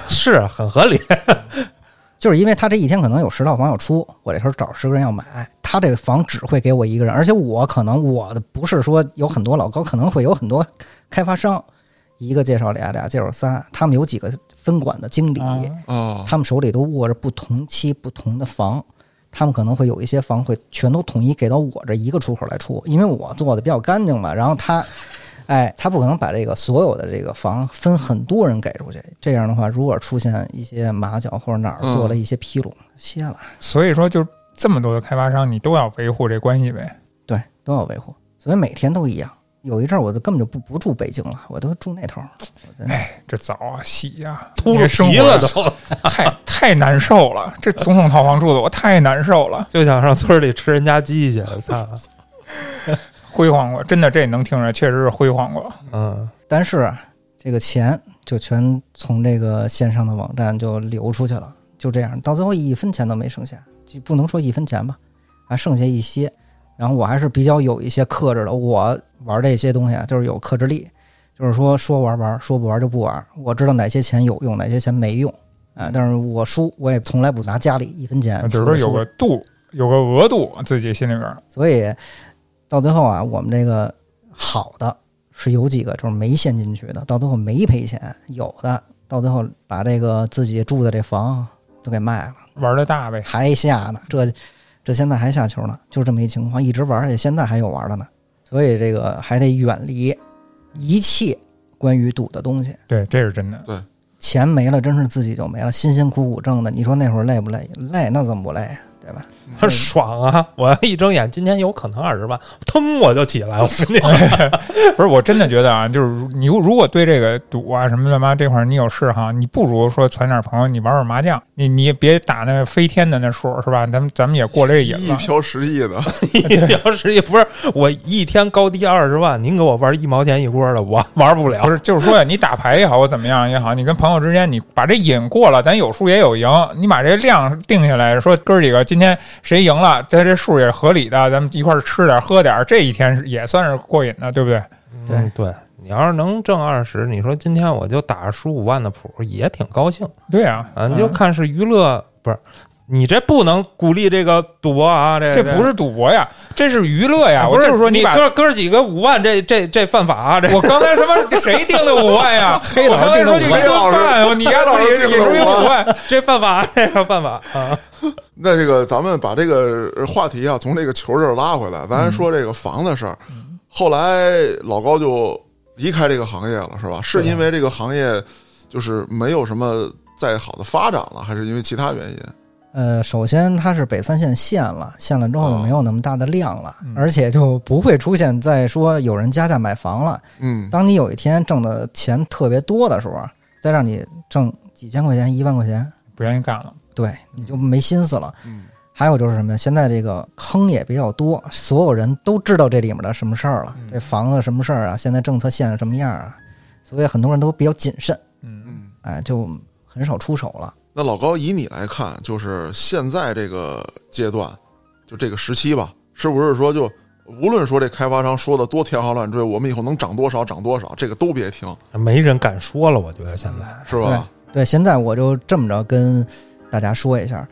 [SPEAKER 4] 是啊很合理。
[SPEAKER 3] 就是因为他这一天可能有十套房要出，我这时候找十个人要买，他这个房只会给我一个人，而且我可能我的不是说有很多老高，可能会有很多开发商，一个介绍俩，俩介绍仨，他们有几个分管的经理，
[SPEAKER 2] 啊
[SPEAKER 1] 啊，
[SPEAKER 3] 他们手里都握着不同期不同的房，他们可能会有一些房会全都统一给到我这一个出口来出，因为我做的比较干净嘛。然后他，哎，他不可能把这个所有的这个房分很多人给出去，这样的话，如果出现一些马脚或者哪儿做了一些纰漏，歇了，
[SPEAKER 2] 所以说就这么多的开发商，你都要维护这关系呗。
[SPEAKER 3] 对，都要维护，所以每天都一样。有一阵儿我都根本就不不住北京了，我都住那头儿。我真的
[SPEAKER 2] 这早啊，洗呀、啊，
[SPEAKER 4] 秃
[SPEAKER 2] 这
[SPEAKER 4] 噜
[SPEAKER 2] 生
[SPEAKER 4] 皮
[SPEAKER 2] 活
[SPEAKER 4] 了都，
[SPEAKER 2] 太太难受了。这总统套房住的我太难受了，
[SPEAKER 4] 就想上村里吃人家鸡去。我操，
[SPEAKER 2] 辉煌过，真的这能听出来，确实是辉煌过。
[SPEAKER 4] 嗯，
[SPEAKER 3] 但是啊这个钱就全从这个线上的网站就流出去了，就这样，到最后一分钱都没剩下，就不能说一分钱吧，还剩下一些。然后我还是比较有一些克制的，我玩这些东西啊，就是有克制力，就是说说玩玩，说不玩就不玩。我知道哪些钱有用，哪些钱没用啊。但是我输，我也从来不拿家里一分钱，
[SPEAKER 2] 就是说
[SPEAKER 3] 输
[SPEAKER 2] 有个
[SPEAKER 3] 了
[SPEAKER 2] 度，有个额度，自己心里边儿
[SPEAKER 3] 所以到最后啊，我们这个好的是有几个就是没陷进去的，到最后没赔钱；有的到最后把这个自己住的这房都给卖了，
[SPEAKER 2] 玩的大呗。
[SPEAKER 3] 还下呢，这这现在还下球呢，就这么一情况，一直玩，而且现在还有玩的呢。所以这个还得远离一切关于赌的东西，
[SPEAKER 2] 对，这是真的。 [LAUGHS]
[SPEAKER 3] 钱没了真是自己就没了，辛辛苦苦挣的，你说那会儿累不累？累，那怎么不累呀？对吧？
[SPEAKER 4] 他爽啊！我要一睁眼，今天有可能二十万，腾我就起来。我跟你讲，
[SPEAKER 2] 不是，我真的觉得啊，就是如你如果对这个赌啊什么乱七八糟这块儿你有事哈，你不如说传点朋友，你玩玩麻将，你你也别打那飞天的那数是吧？咱们咱们也过了这瘾
[SPEAKER 1] 一
[SPEAKER 2] 了。
[SPEAKER 1] 飘十亿的，
[SPEAKER 4] 一聊十亿不是我一天高低二十万，您给我玩一毛钱一锅的，我玩不了
[SPEAKER 2] 不。是，就是说呀，你打牌也好，或怎么样也好，你跟朋友之间，你把这瘾过了，咱有输也有赢，你把这量定下来，说哥儿几个今天谁赢了，咱这数也是合理的，咱们一块儿吃点儿喝点儿，这一天是也算是过瘾的，对不对？
[SPEAKER 3] 对
[SPEAKER 4] 嗯对，你要是能挣二十，你说今天我就打着输五万的谱，也挺高兴
[SPEAKER 2] 对啊，
[SPEAKER 4] 啊。你就
[SPEAKER 2] 嗯
[SPEAKER 4] 看是娱乐，不是你这不能鼓励这个赌博啊，这哎
[SPEAKER 2] 这不是赌博呀，这是娱乐呀。我
[SPEAKER 4] 啊不
[SPEAKER 2] 就是说
[SPEAKER 4] 你
[SPEAKER 2] 把
[SPEAKER 4] 哥哥几个五万，这这这犯法啊！这
[SPEAKER 2] 我刚才他
[SPEAKER 4] [LAUGHS]
[SPEAKER 2] 妈给谁定的五万呀？
[SPEAKER 3] 黑
[SPEAKER 2] 我
[SPEAKER 3] 老师
[SPEAKER 2] 刚才说你
[SPEAKER 3] 定
[SPEAKER 1] 的
[SPEAKER 2] 没
[SPEAKER 1] 五万
[SPEAKER 2] 做饭，啊你丫
[SPEAKER 1] 黑老师
[SPEAKER 2] 自己
[SPEAKER 1] 定的
[SPEAKER 2] 也
[SPEAKER 1] 五
[SPEAKER 2] 有啊
[SPEAKER 4] 啊
[SPEAKER 1] 万
[SPEAKER 2] 五万，
[SPEAKER 4] 这
[SPEAKER 2] [LAUGHS]
[SPEAKER 4] 犯法，这个犯法啊！
[SPEAKER 1] 那这个咱们把这个话题啊，从这个球这儿拉回来，咱还说这个房的事儿。后来老高就离开这个行业了，是吧？是因为这个行业就是没有什么再好的发展了，还是因为其他原因？
[SPEAKER 3] 呃，首先它是北三线限了，限了之
[SPEAKER 1] 哦
[SPEAKER 3] 后就没有那么大的量了，
[SPEAKER 2] 嗯
[SPEAKER 3] 而且就不会出现再说有人加价买房了。
[SPEAKER 1] 嗯，
[SPEAKER 3] 当你有一天挣的钱特别多的时候，啊再让你挣几千块钱、一万块钱，
[SPEAKER 2] 不愿意干了。
[SPEAKER 3] 对，你就没心思了。
[SPEAKER 1] 嗯
[SPEAKER 3] 还有就是什么呀？现在这个坑也比较多，所有人都知道这里面的什么事儿了，
[SPEAKER 2] 嗯
[SPEAKER 3] 这房子什么事儿啊，现在政策限制什么样啊，所以很多人都比较谨慎，
[SPEAKER 2] 嗯，
[SPEAKER 1] 嗯。
[SPEAKER 3] 哎，就很少出手了。
[SPEAKER 1] 那老高，以你来看，就是现在这个阶段，就这个时期吧，是不是说就无论说这开发商说的多天花乱坠，我们以后能涨多少涨多少，这个都别听，
[SPEAKER 4] 没人敢说了，我觉得现在
[SPEAKER 1] 是吧？
[SPEAKER 3] 对，现在我就这么着跟大家说一下，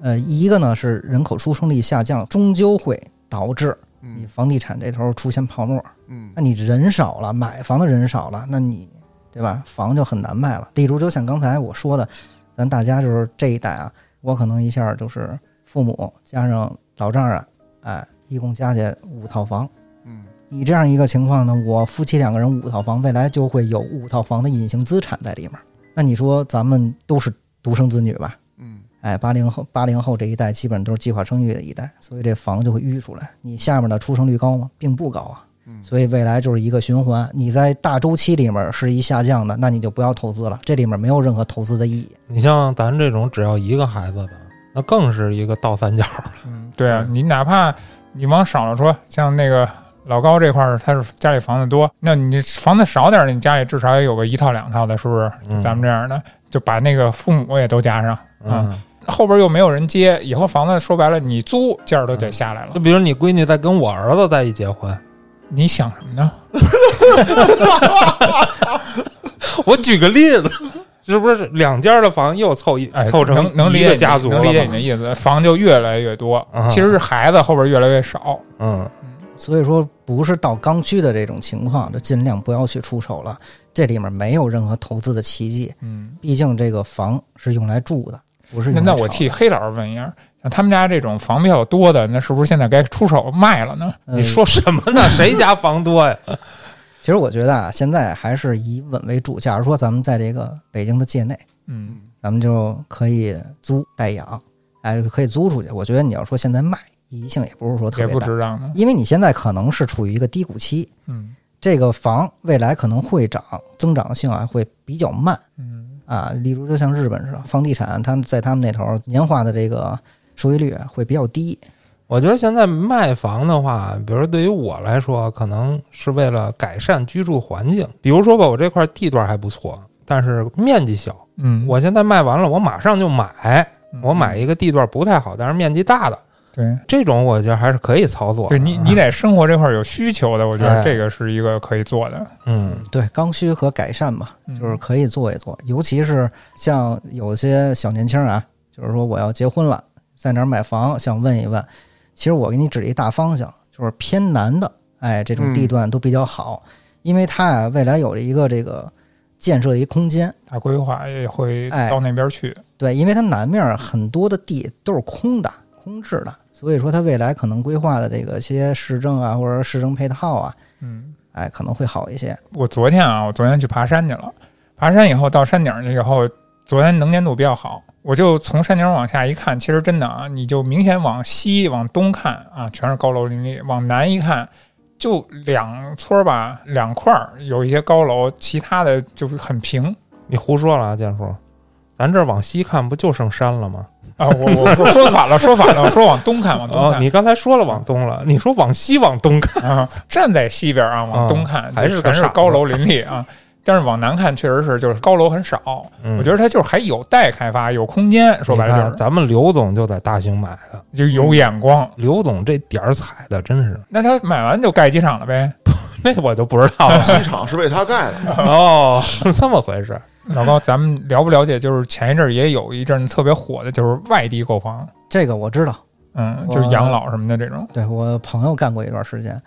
[SPEAKER 3] 呃，一个呢是人口出生率下降，终究会导致你
[SPEAKER 1] 嗯
[SPEAKER 3] 房地产这头出现泡沫。
[SPEAKER 1] 嗯
[SPEAKER 3] 那你人少了，买房的人少了，那你对吧，房就很难卖了。例如，就像刚才我说的，咱大家就是这一代啊，我可能一下就是父母加上老丈人，哎，一共加起来五套房。
[SPEAKER 1] 嗯，
[SPEAKER 3] 你这样一个情况呢，我夫妻两个人五套房，未来就会有五套房的隐形资产在里面。那你说咱们都是独生子女吧？
[SPEAKER 1] 嗯，
[SPEAKER 3] 哎，八零后八零后这一代基本都是计划生育的一代，所以这房就会淤出来。你下面的出生率高吗？并不高啊
[SPEAKER 1] 嗯。
[SPEAKER 3] 所以未来就是一个循环。你在大周期里面是一下降的，那你就不要投资了，这里面没有任何投资的意义。
[SPEAKER 4] 你像咱这种只要一个孩子的，那更是一个倒三角。
[SPEAKER 2] 嗯，对啊，你哪怕你往少了说，像那个老高这块儿他是家里房子多，那你房子少点儿，你家里至少也有个一套两套的，是不是？
[SPEAKER 4] 嗯
[SPEAKER 2] 咱们这样的就把那个父母也都加上，嗯
[SPEAKER 4] 嗯，
[SPEAKER 2] 后边又没有人接，以后房子说白了你租价儿都得下来了
[SPEAKER 4] 就。比如你闺女再跟我儿子再一结婚，
[SPEAKER 2] 你想什么呢？
[SPEAKER 4] [LAUGHS] 我举个例子，是不是两间的房又凑一
[SPEAKER 2] 哎，
[SPEAKER 4] 凑成
[SPEAKER 2] 能能理
[SPEAKER 4] 一
[SPEAKER 2] 解
[SPEAKER 4] 个
[SPEAKER 2] 你
[SPEAKER 4] 家族了
[SPEAKER 2] 能理解你
[SPEAKER 4] 嘛？
[SPEAKER 2] 的意思，房就越来越多
[SPEAKER 4] 啊。
[SPEAKER 2] 其实是孩子后边越来越少，
[SPEAKER 4] 嗯，
[SPEAKER 3] 所以说，不是到刚需的这种情况，就尽量不要去出手了。这里面没有任何投资的奇迹，
[SPEAKER 2] 嗯。
[SPEAKER 3] 毕竟这个房是用来住的，不是
[SPEAKER 2] 那
[SPEAKER 3] 用来
[SPEAKER 2] 那
[SPEAKER 3] 炒
[SPEAKER 2] 我
[SPEAKER 3] 的
[SPEAKER 2] 替黑老师问一下，像他们家这种房比较多的，那是不是现在该出手卖了呢？
[SPEAKER 3] 呃
[SPEAKER 4] 你说什么 [LAUGHS] 呢？谁家房多呀？
[SPEAKER 3] 其实我觉得啊，现在还是以稳为主。假如说咱们在这个北京的界内，
[SPEAKER 2] 嗯，
[SPEAKER 3] 咱们就可以租代养，哎，可以租出去。我觉得你要说现在卖，意义性也不是
[SPEAKER 4] 嗯
[SPEAKER 3] 说特
[SPEAKER 2] 也
[SPEAKER 3] 别
[SPEAKER 2] 不
[SPEAKER 3] 大，
[SPEAKER 2] 值当的。
[SPEAKER 3] 因为你现在可能是处于一个低谷期，
[SPEAKER 2] 嗯
[SPEAKER 3] 这个房未来可能会涨，增长性啊会比较慢
[SPEAKER 2] 嗯
[SPEAKER 3] 啊。例如，就像日本似的，房地产它在他们那头儿年化的这个收益率啊会比较低，
[SPEAKER 4] 我觉得现在卖房的话，比如说对于我来说，可能是为了改善居住环境。比如说吧，我这块地段还不错，但是面积小。
[SPEAKER 2] 嗯，
[SPEAKER 4] 我现在卖完了，我马上就买，
[SPEAKER 2] 嗯
[SPEAKER 4] 我买一个地段不太好，但是面积大的
[SPEAKER 2] 对
[SPEAKER 4] 这种，我觉得还是可以操作。
[SPEAKER 2] 对，你你得生活这块儿有需求的，我觉得
[SPEAKER 4] 哎
[SPEAKER 2] 这个是一个可以做的。
[SPEAKER 4] 嗯
[SPEAKER 3] 对刚需和改善嘛，
[SPEAKER 2] 嗯
[SPEAKER 3] 就是可以做一做，尤其是像有些小年轻人啊，就是说我要结婚了，在哪儿买房，想问一问。其实我给你指一大方向，就是偏南的，哎，这种地段都比较好，因为它啊未来有了一个这个建设的一空间，
[SPEAKER 2] 大规划也会
[SPEAKER 3] 哎
[SPEAKER 2] 到那边去。
[SPEAKER 3] 对，因为它南面儿很多的地都是空的、空置的，所以说它未来可能规划的这个一些市政啊，或者市政配套啊，
[SPEAKER 2] 嗯，
[SPEAKER 3] 哎，可能会好一些。
[SPEAKER 2] 我昨天啊，我昨天去爬山去了，爬山以后到山顶儿去以后，昨天能见度比较好，我就从山顶儿往下一看，其实真的啊，你就明显往西、往东看啊，全是高楼林立；往南一看，就两村儿吧，两块儿有一些高楼，其他的就是很平
[SPEAKER 4] 你胡说了啊，建叔，咱这儿往西看不就剩山了吗？
[SPEAKER 2] 啊。我我
[SPEAKER 4] [LAUGHS]
[SPEAKER 2] 我说反了，说反了，我说往东看，往啊东
[SPEAKER 4] 哦，
[SPEAKER 2] 看、
[SPEAKER 4] 你刚才说了往东了，你说往西往东看，
[SPEAKER 2] 啊，站在西边啊，往东看，
[SPEAKER 4] 哦还
[SPEAKER 2] 就
[SPEAKER 4] 是个
[SPEAKER 2] 全是
[SPEAKER 4] 傻子
[SPEAKER 2] 高楼林立啊。但是往南看，确实是就是高楼很少，
[SPEAKER 4] 嗯
[SPEAKER 2] 我觉得它就是还有待开发，有空间。说白
[SPEAKER 4] 你
[SPEAKER 2] 了就
[SPEAKER 4] 看
[SPEAKER 2] 是
[SPEAKER 4] 咱嗯们刘总就在大兴买的，
[SPEAKER 2] 就有眼光。
[SPEAKER 4] 刘总这点儿踩的真是，
[SPEAKER 2] 那他买完就盖机场了呗？
[SPEAKER 4] 那我就不知道了。
[SPEAKER 1] 机场是为他盖的，
[SPEAKER 4] [LAUGHS] 哦，这么回事。
[SPEAKER 2] 老高，咱们了不了解？就是前一阵儿也有一阵特别火的，就是外地购房，
[SPEAKER 3] 这个我知道，
[SPEAKER 2] 嗯，
[SPEAKER 3] 我
[SPEAKER 2] 就是养老什么的这种。
[SPEAKER 3] 对我朋友干过一段时间，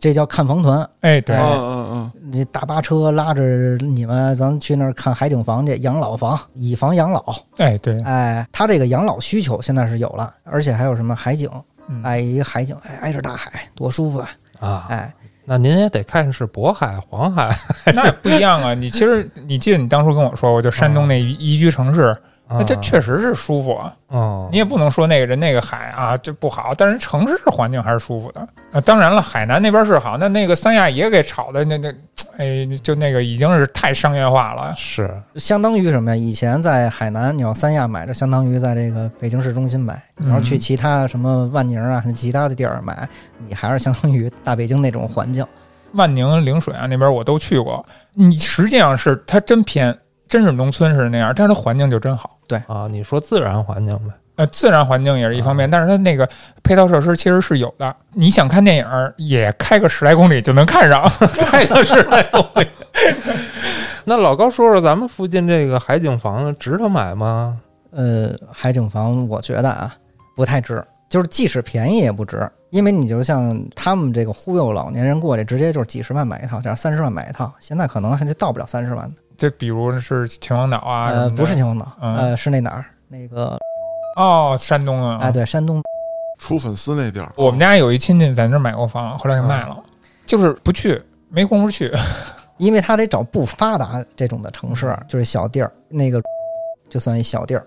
[SPEAKER 3] 这叫看房团。
[SPEAKER 2] 哎，对
[SPEAKER 3] 哎，
[SPEAKER 4] 哦
[SPEAKER 1] 嗯嗯嗯。
[SPEAKER 3] 你大巴车拉着你们，咱去那儿看海景房去，养老房，以房养老。
[SPEAKER 2] 哎，对， [LAUGHS]
[SPEAKER 3] 哎，他这个养老需求现在是有了，而且还有什么海景，
[SPEAKER 2] 嗯
[SPEAKER 3] 哎，一个海景，哎，挨着大海，多舒服啊！
[SPEAKER 4] 啊，
[SPEAKER 3] 哎，
[SPEAKER 4] 那您也得看是渤海、黄海
[SPEAKER 2] 那也不一样啊。你其实你记得你当初跟我说，我就山东那宜居城市，
[SPEAKER 4] [LAUGHS] 啊
[SPEAKER 2] 那哎这确实是舒服啊。
[SPEAKER 4] 哦
[SPEAKER 2] 你，也不能说那个人那个海啊这不好，但是城市环境还是舒服的。啊，当然了，海南那边是好，那那个三亚也给炒的那那，哎，就那个已经是太商业化了。
[SPEAKER 4] 是
[SPEAKER 3] 相当于什么呀？以前在海南，你要三亚买，这相当于在这个北京市中心买；你要去
[SPEAKER 2] 嗯
[SPEAKER 3] 其他什么万宁啊、其他的地儿买，你还是相当于大北京那种环境。
[SPEAKER 2] 万宁、陵水啊那边我都去过，你实际上是它真偏，真是农村是那样，但是它环境就真好。
[SPEAKER 4] 啊，你说自然环境呗，
[SPEAKER 2] 呃，自然环境也是一方
[SPEAKER 3] 啊
[SPEAKER 2] 面，但是它那个配套设施其实是有的。你想看电影儿，也开个十来公里就能看上。
[SPEAKER 4] 太个是
[SPEAKER 2] [LAUGHS]
[SPEAKER 4] 太会。那老高说说咱们附近这个海景房值得买吗？
[SPEAKER 3] 呃，海景房我觉得啊不太值，就是即使便宜也不值，因为你就像他们这个忽悠老年人过来，直接就是几十万买一套，这样三十万买一套，现在可能还就到不了三十万呢。
[SPEAKER 2] 这比如是秦皇岛啊，
[SPEAKER 3] 呃，
[SPEAKER 2] 什么的
[SPEAKER 3] 不是秦皇岛，
[SPEAKER 2] 嗯
[SPEAKER 3] 呃，是那哪儿？那个
[SPEAKER 2] 哦，山东啊，
[SPEAKER 3] 哎，对，山东
[SPEAKER 1] 出粉丝那地儿，
[SPEAKER 2] 我们家有一亲戚在那儿买过房，后来给卖
[SPEAKER 3] 嗯
[SPEAKER 2] 了，就是不去，没工夫去。 [LAUGHS]
[SPEAKER 3] 因为他得找不发达这种的城
[SPEAKER 2] 嗯
[SPEAKER 3] 市，就是小地儿，那个就算一小地儿。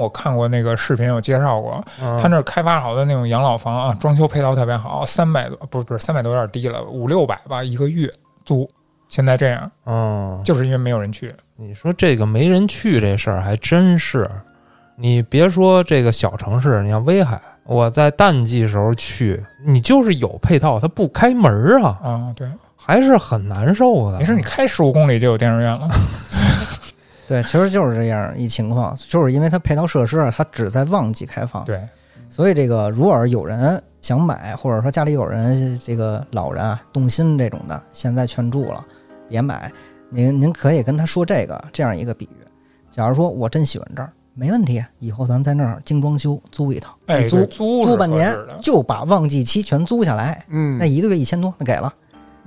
[SPEAKER 2] 我看过那个视频有介绍过，
[SPEAKER 4] 嗯
[SPEAKER 2] 他那儿开发好的那种养老房啊，装修配套特别好，三百多不是不是三百多有点低了，五六百吧一个月租。现在这样，
[SPEAKER 4] 嗯，
[SPEAKER 2] 就是因为没有人去。
[SPEAKER 4] 你说这个没人去这事儿还真是，你别说这个小城市，你像威海，我在淡季时候去，你就是有配套，它不开门儿啊，
[SPEAKER 2] 啊，
[SPEAKER 3] 嗯
[SPEAKER 2] 对，
[SPEAKER 4] 还是很难受的。
[SPEAKER 2] 没事，你开十五公里就有电影院了。
[SPEAKER 3] 对，其实就是这样一情况，就是因为它配套设施啊，它只在旺季开放，
[SPEAKER 2] 对，
[SPEAKER 3] 所以这个如果有人想买，或者说家里有人这个老人啊动心这种的，现在劝住了，别买。您您可以跟他说这个这样一个比喻，假如说我真喜欢这儿，没问题，以后咱在那儿精装修租一套，
[SPEAKER 2] 哎，
[SPEAKER 3] 你租
[SPEAKER 2] 对租
[SPEAKER 3] 租
[SPEAKER 2] 是
[SPEAKER 3] 半
[SPEAKER 2] 合
[SPEAKER 3] 年
[SPEAKER 2] 适的
[SPEAKER 3] 就把旺季期全租下来，
[SPEAKER 1] 嗯
[SPEAKER 3] 那一个月一千多，那给了，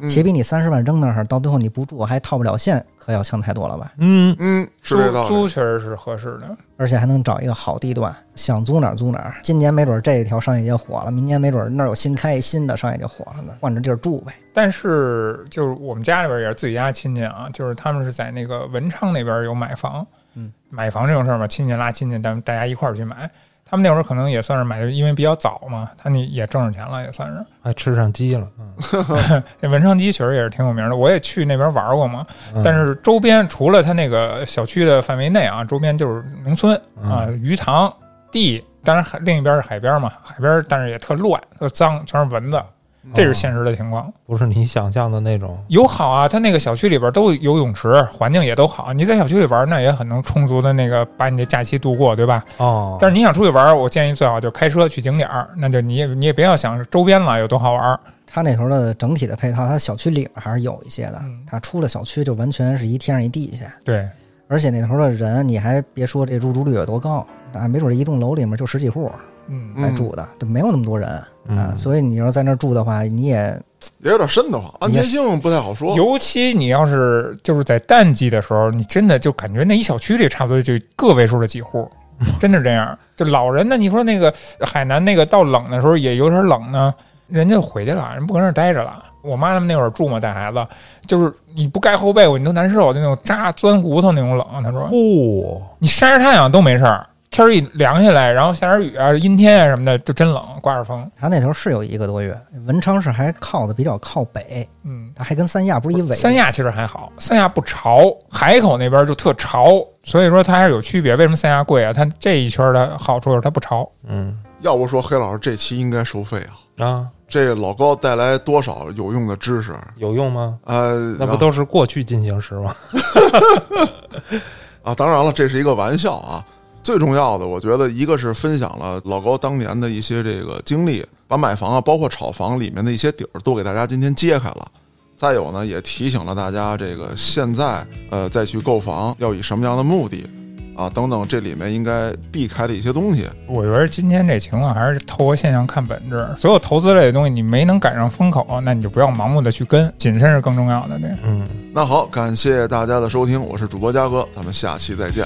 [SPEAKER 3] 且比你三十万扔那儿，到最后你不住还套不了现，可要强太多了吧？
[SPEAKER 4] 嗯，
[SPEAKER 1] 嗯，是
[SPEAKER 2] 租
[SPEAKER 1] 这道理。
[SPEAKER 2] 租确实是合适的。
[SPEAKER 3] 而且还能找一个好地段，想租哪儿租哪儿。今年没准这一条商业街火了，明年没准那儿有新开一新的商业街火了呢，换着地儿住呗。
[SPEAKER 2] 但是就是我们家里边也是自己家亲戚啊，就是他们是在那个文昌那边有买房，
[SPEAKER 3] 嗯，
[SPEAKER 2] 买房这种事儿嘛，亲戚拉亲戚，咱们大家一块儿去买。他们那会儿可能也算是买的，因为比较早嘛，他那也挣着钱了，也算是。
[SPEAKER 4] 还哎吃上鸡了。嗯
[SPEAKER 2] 那文昌鸡确实也是挺有名的，我也去那边玩过嘛。
[SPEAKER 4] 嗯
[SPEAKER 2] 但是周边除了它那个小区的范围内啊，周边就是农村啊，鱼塘地，当然海另一边是海边嘛，海边但是也特乱、特脏，全是蚊子，这是现实的情况。
[SPEAKER 4] 不是你想象的那种。
[SPEAKER 2] 有好啊，它那个小区里边都有泳池，环境也都好，你在小区里玩那也很能充足的那个把你的假期度过，对吧？
[SPEAKER 4] 哦，
[SPEAKER 2] 但是你想出去玩，我建议最好就开车去景点儿，那就你也你也别要想周边了有多好玩儿，
[SPEAKER 3] 它那头的整体的配套，它小区里面还是有一些的
[SPEAKER 2] 嗯，
[SPEAKER 3] 它出了小区就完全是一天上一地下。
[SPEAKER 2] 对。
[SPEAKER 3] 而且那头的人，你还别说这入住率有多高，啊，没准一栋楼里面就十几户
[SPEAKER 2] 嗯，
[SPEAKER 3] 来
[SPEAKER 1] 嗯
[SPEAKER 3] 住的，就没有那么多人啊。
[SPEAKER 4] 嗯
[SPEAKER 3] 所以你要在那儿住的话，你也
[SPEAKER 1] 也有点瘆得慌，安全性不太好说。
[SPEAKER 2] 尤其你要是就是在淡季的时候，你真的就感觉那一小区里差不多就个位数的几户，真的是这样。就老人呢，你说那个海南那个到冷的时候也有点冷呢，人家回去了，人不搁那儿待着了。我妈他们那会儿住嘛，带孩子，就是你不盖厚被子你都难受，就那种扎钻骨头那种冷。她
[SPEAKER 4] 哦
[SPEAKER 2] 说
[SPEAKER 4] 嚯、
[SPEAKER 2] 你晒着太阳都没事儿，天儿一凉下来，然后下点雨啊、阴天啊什么的，就真冷，刮着风。
[SPEAKER 3] 它那头是有一个多月。文昌市还靠的比较靠北，
[SPEAKER 2] 嗯，
[SPEAKER 3] 它还跟三亚不是一纬度
[SPEAKER 2] 三亚其实还好，三亚不潮，海口那边就特潮，所以说它还是有区别。为什么三亚贵啊？它这一圈的好处就是它不潮。
[SPEAKER 4] 嗯
[SPEAKER 1] 要不说黑老师这期应该收费啊，
[SPEAKER 4] 啊，
[SPEAKER 1] 这老高带来多少有用的知识？
[SPEAKER 4] 有用吗？
[SPEAKER 1] 呃，
[SPEAKER 4] 那不
[SPEAKER 1] 然
[SPEAKER 4] 都是过去进行时吗？
[SPEAKER 1] 后啊？当然了，这是一个玩笑啊。最重要的，我觉得一个是分享了老高当年的一些这个经历，把买房啊，包括炒房里面的一些底儿都给大家今天揭开了。再有呢，也提醒了大家这个现在呃再去购房要以什么样的目的啊等等，这里面应该避开的一些东西。
[SPEAKER 2] 我觉得今天这情况还是透过现象看本质。所有投资类的东西，你没能赶上风口，那你就不要盲目的去跟，谨慎是更重要的。对。
[SPEAKER 4] 嗯。
[SPEAKER 1] 那好，感谢大家的收听，我是主播嘉哥，咱们下期再见，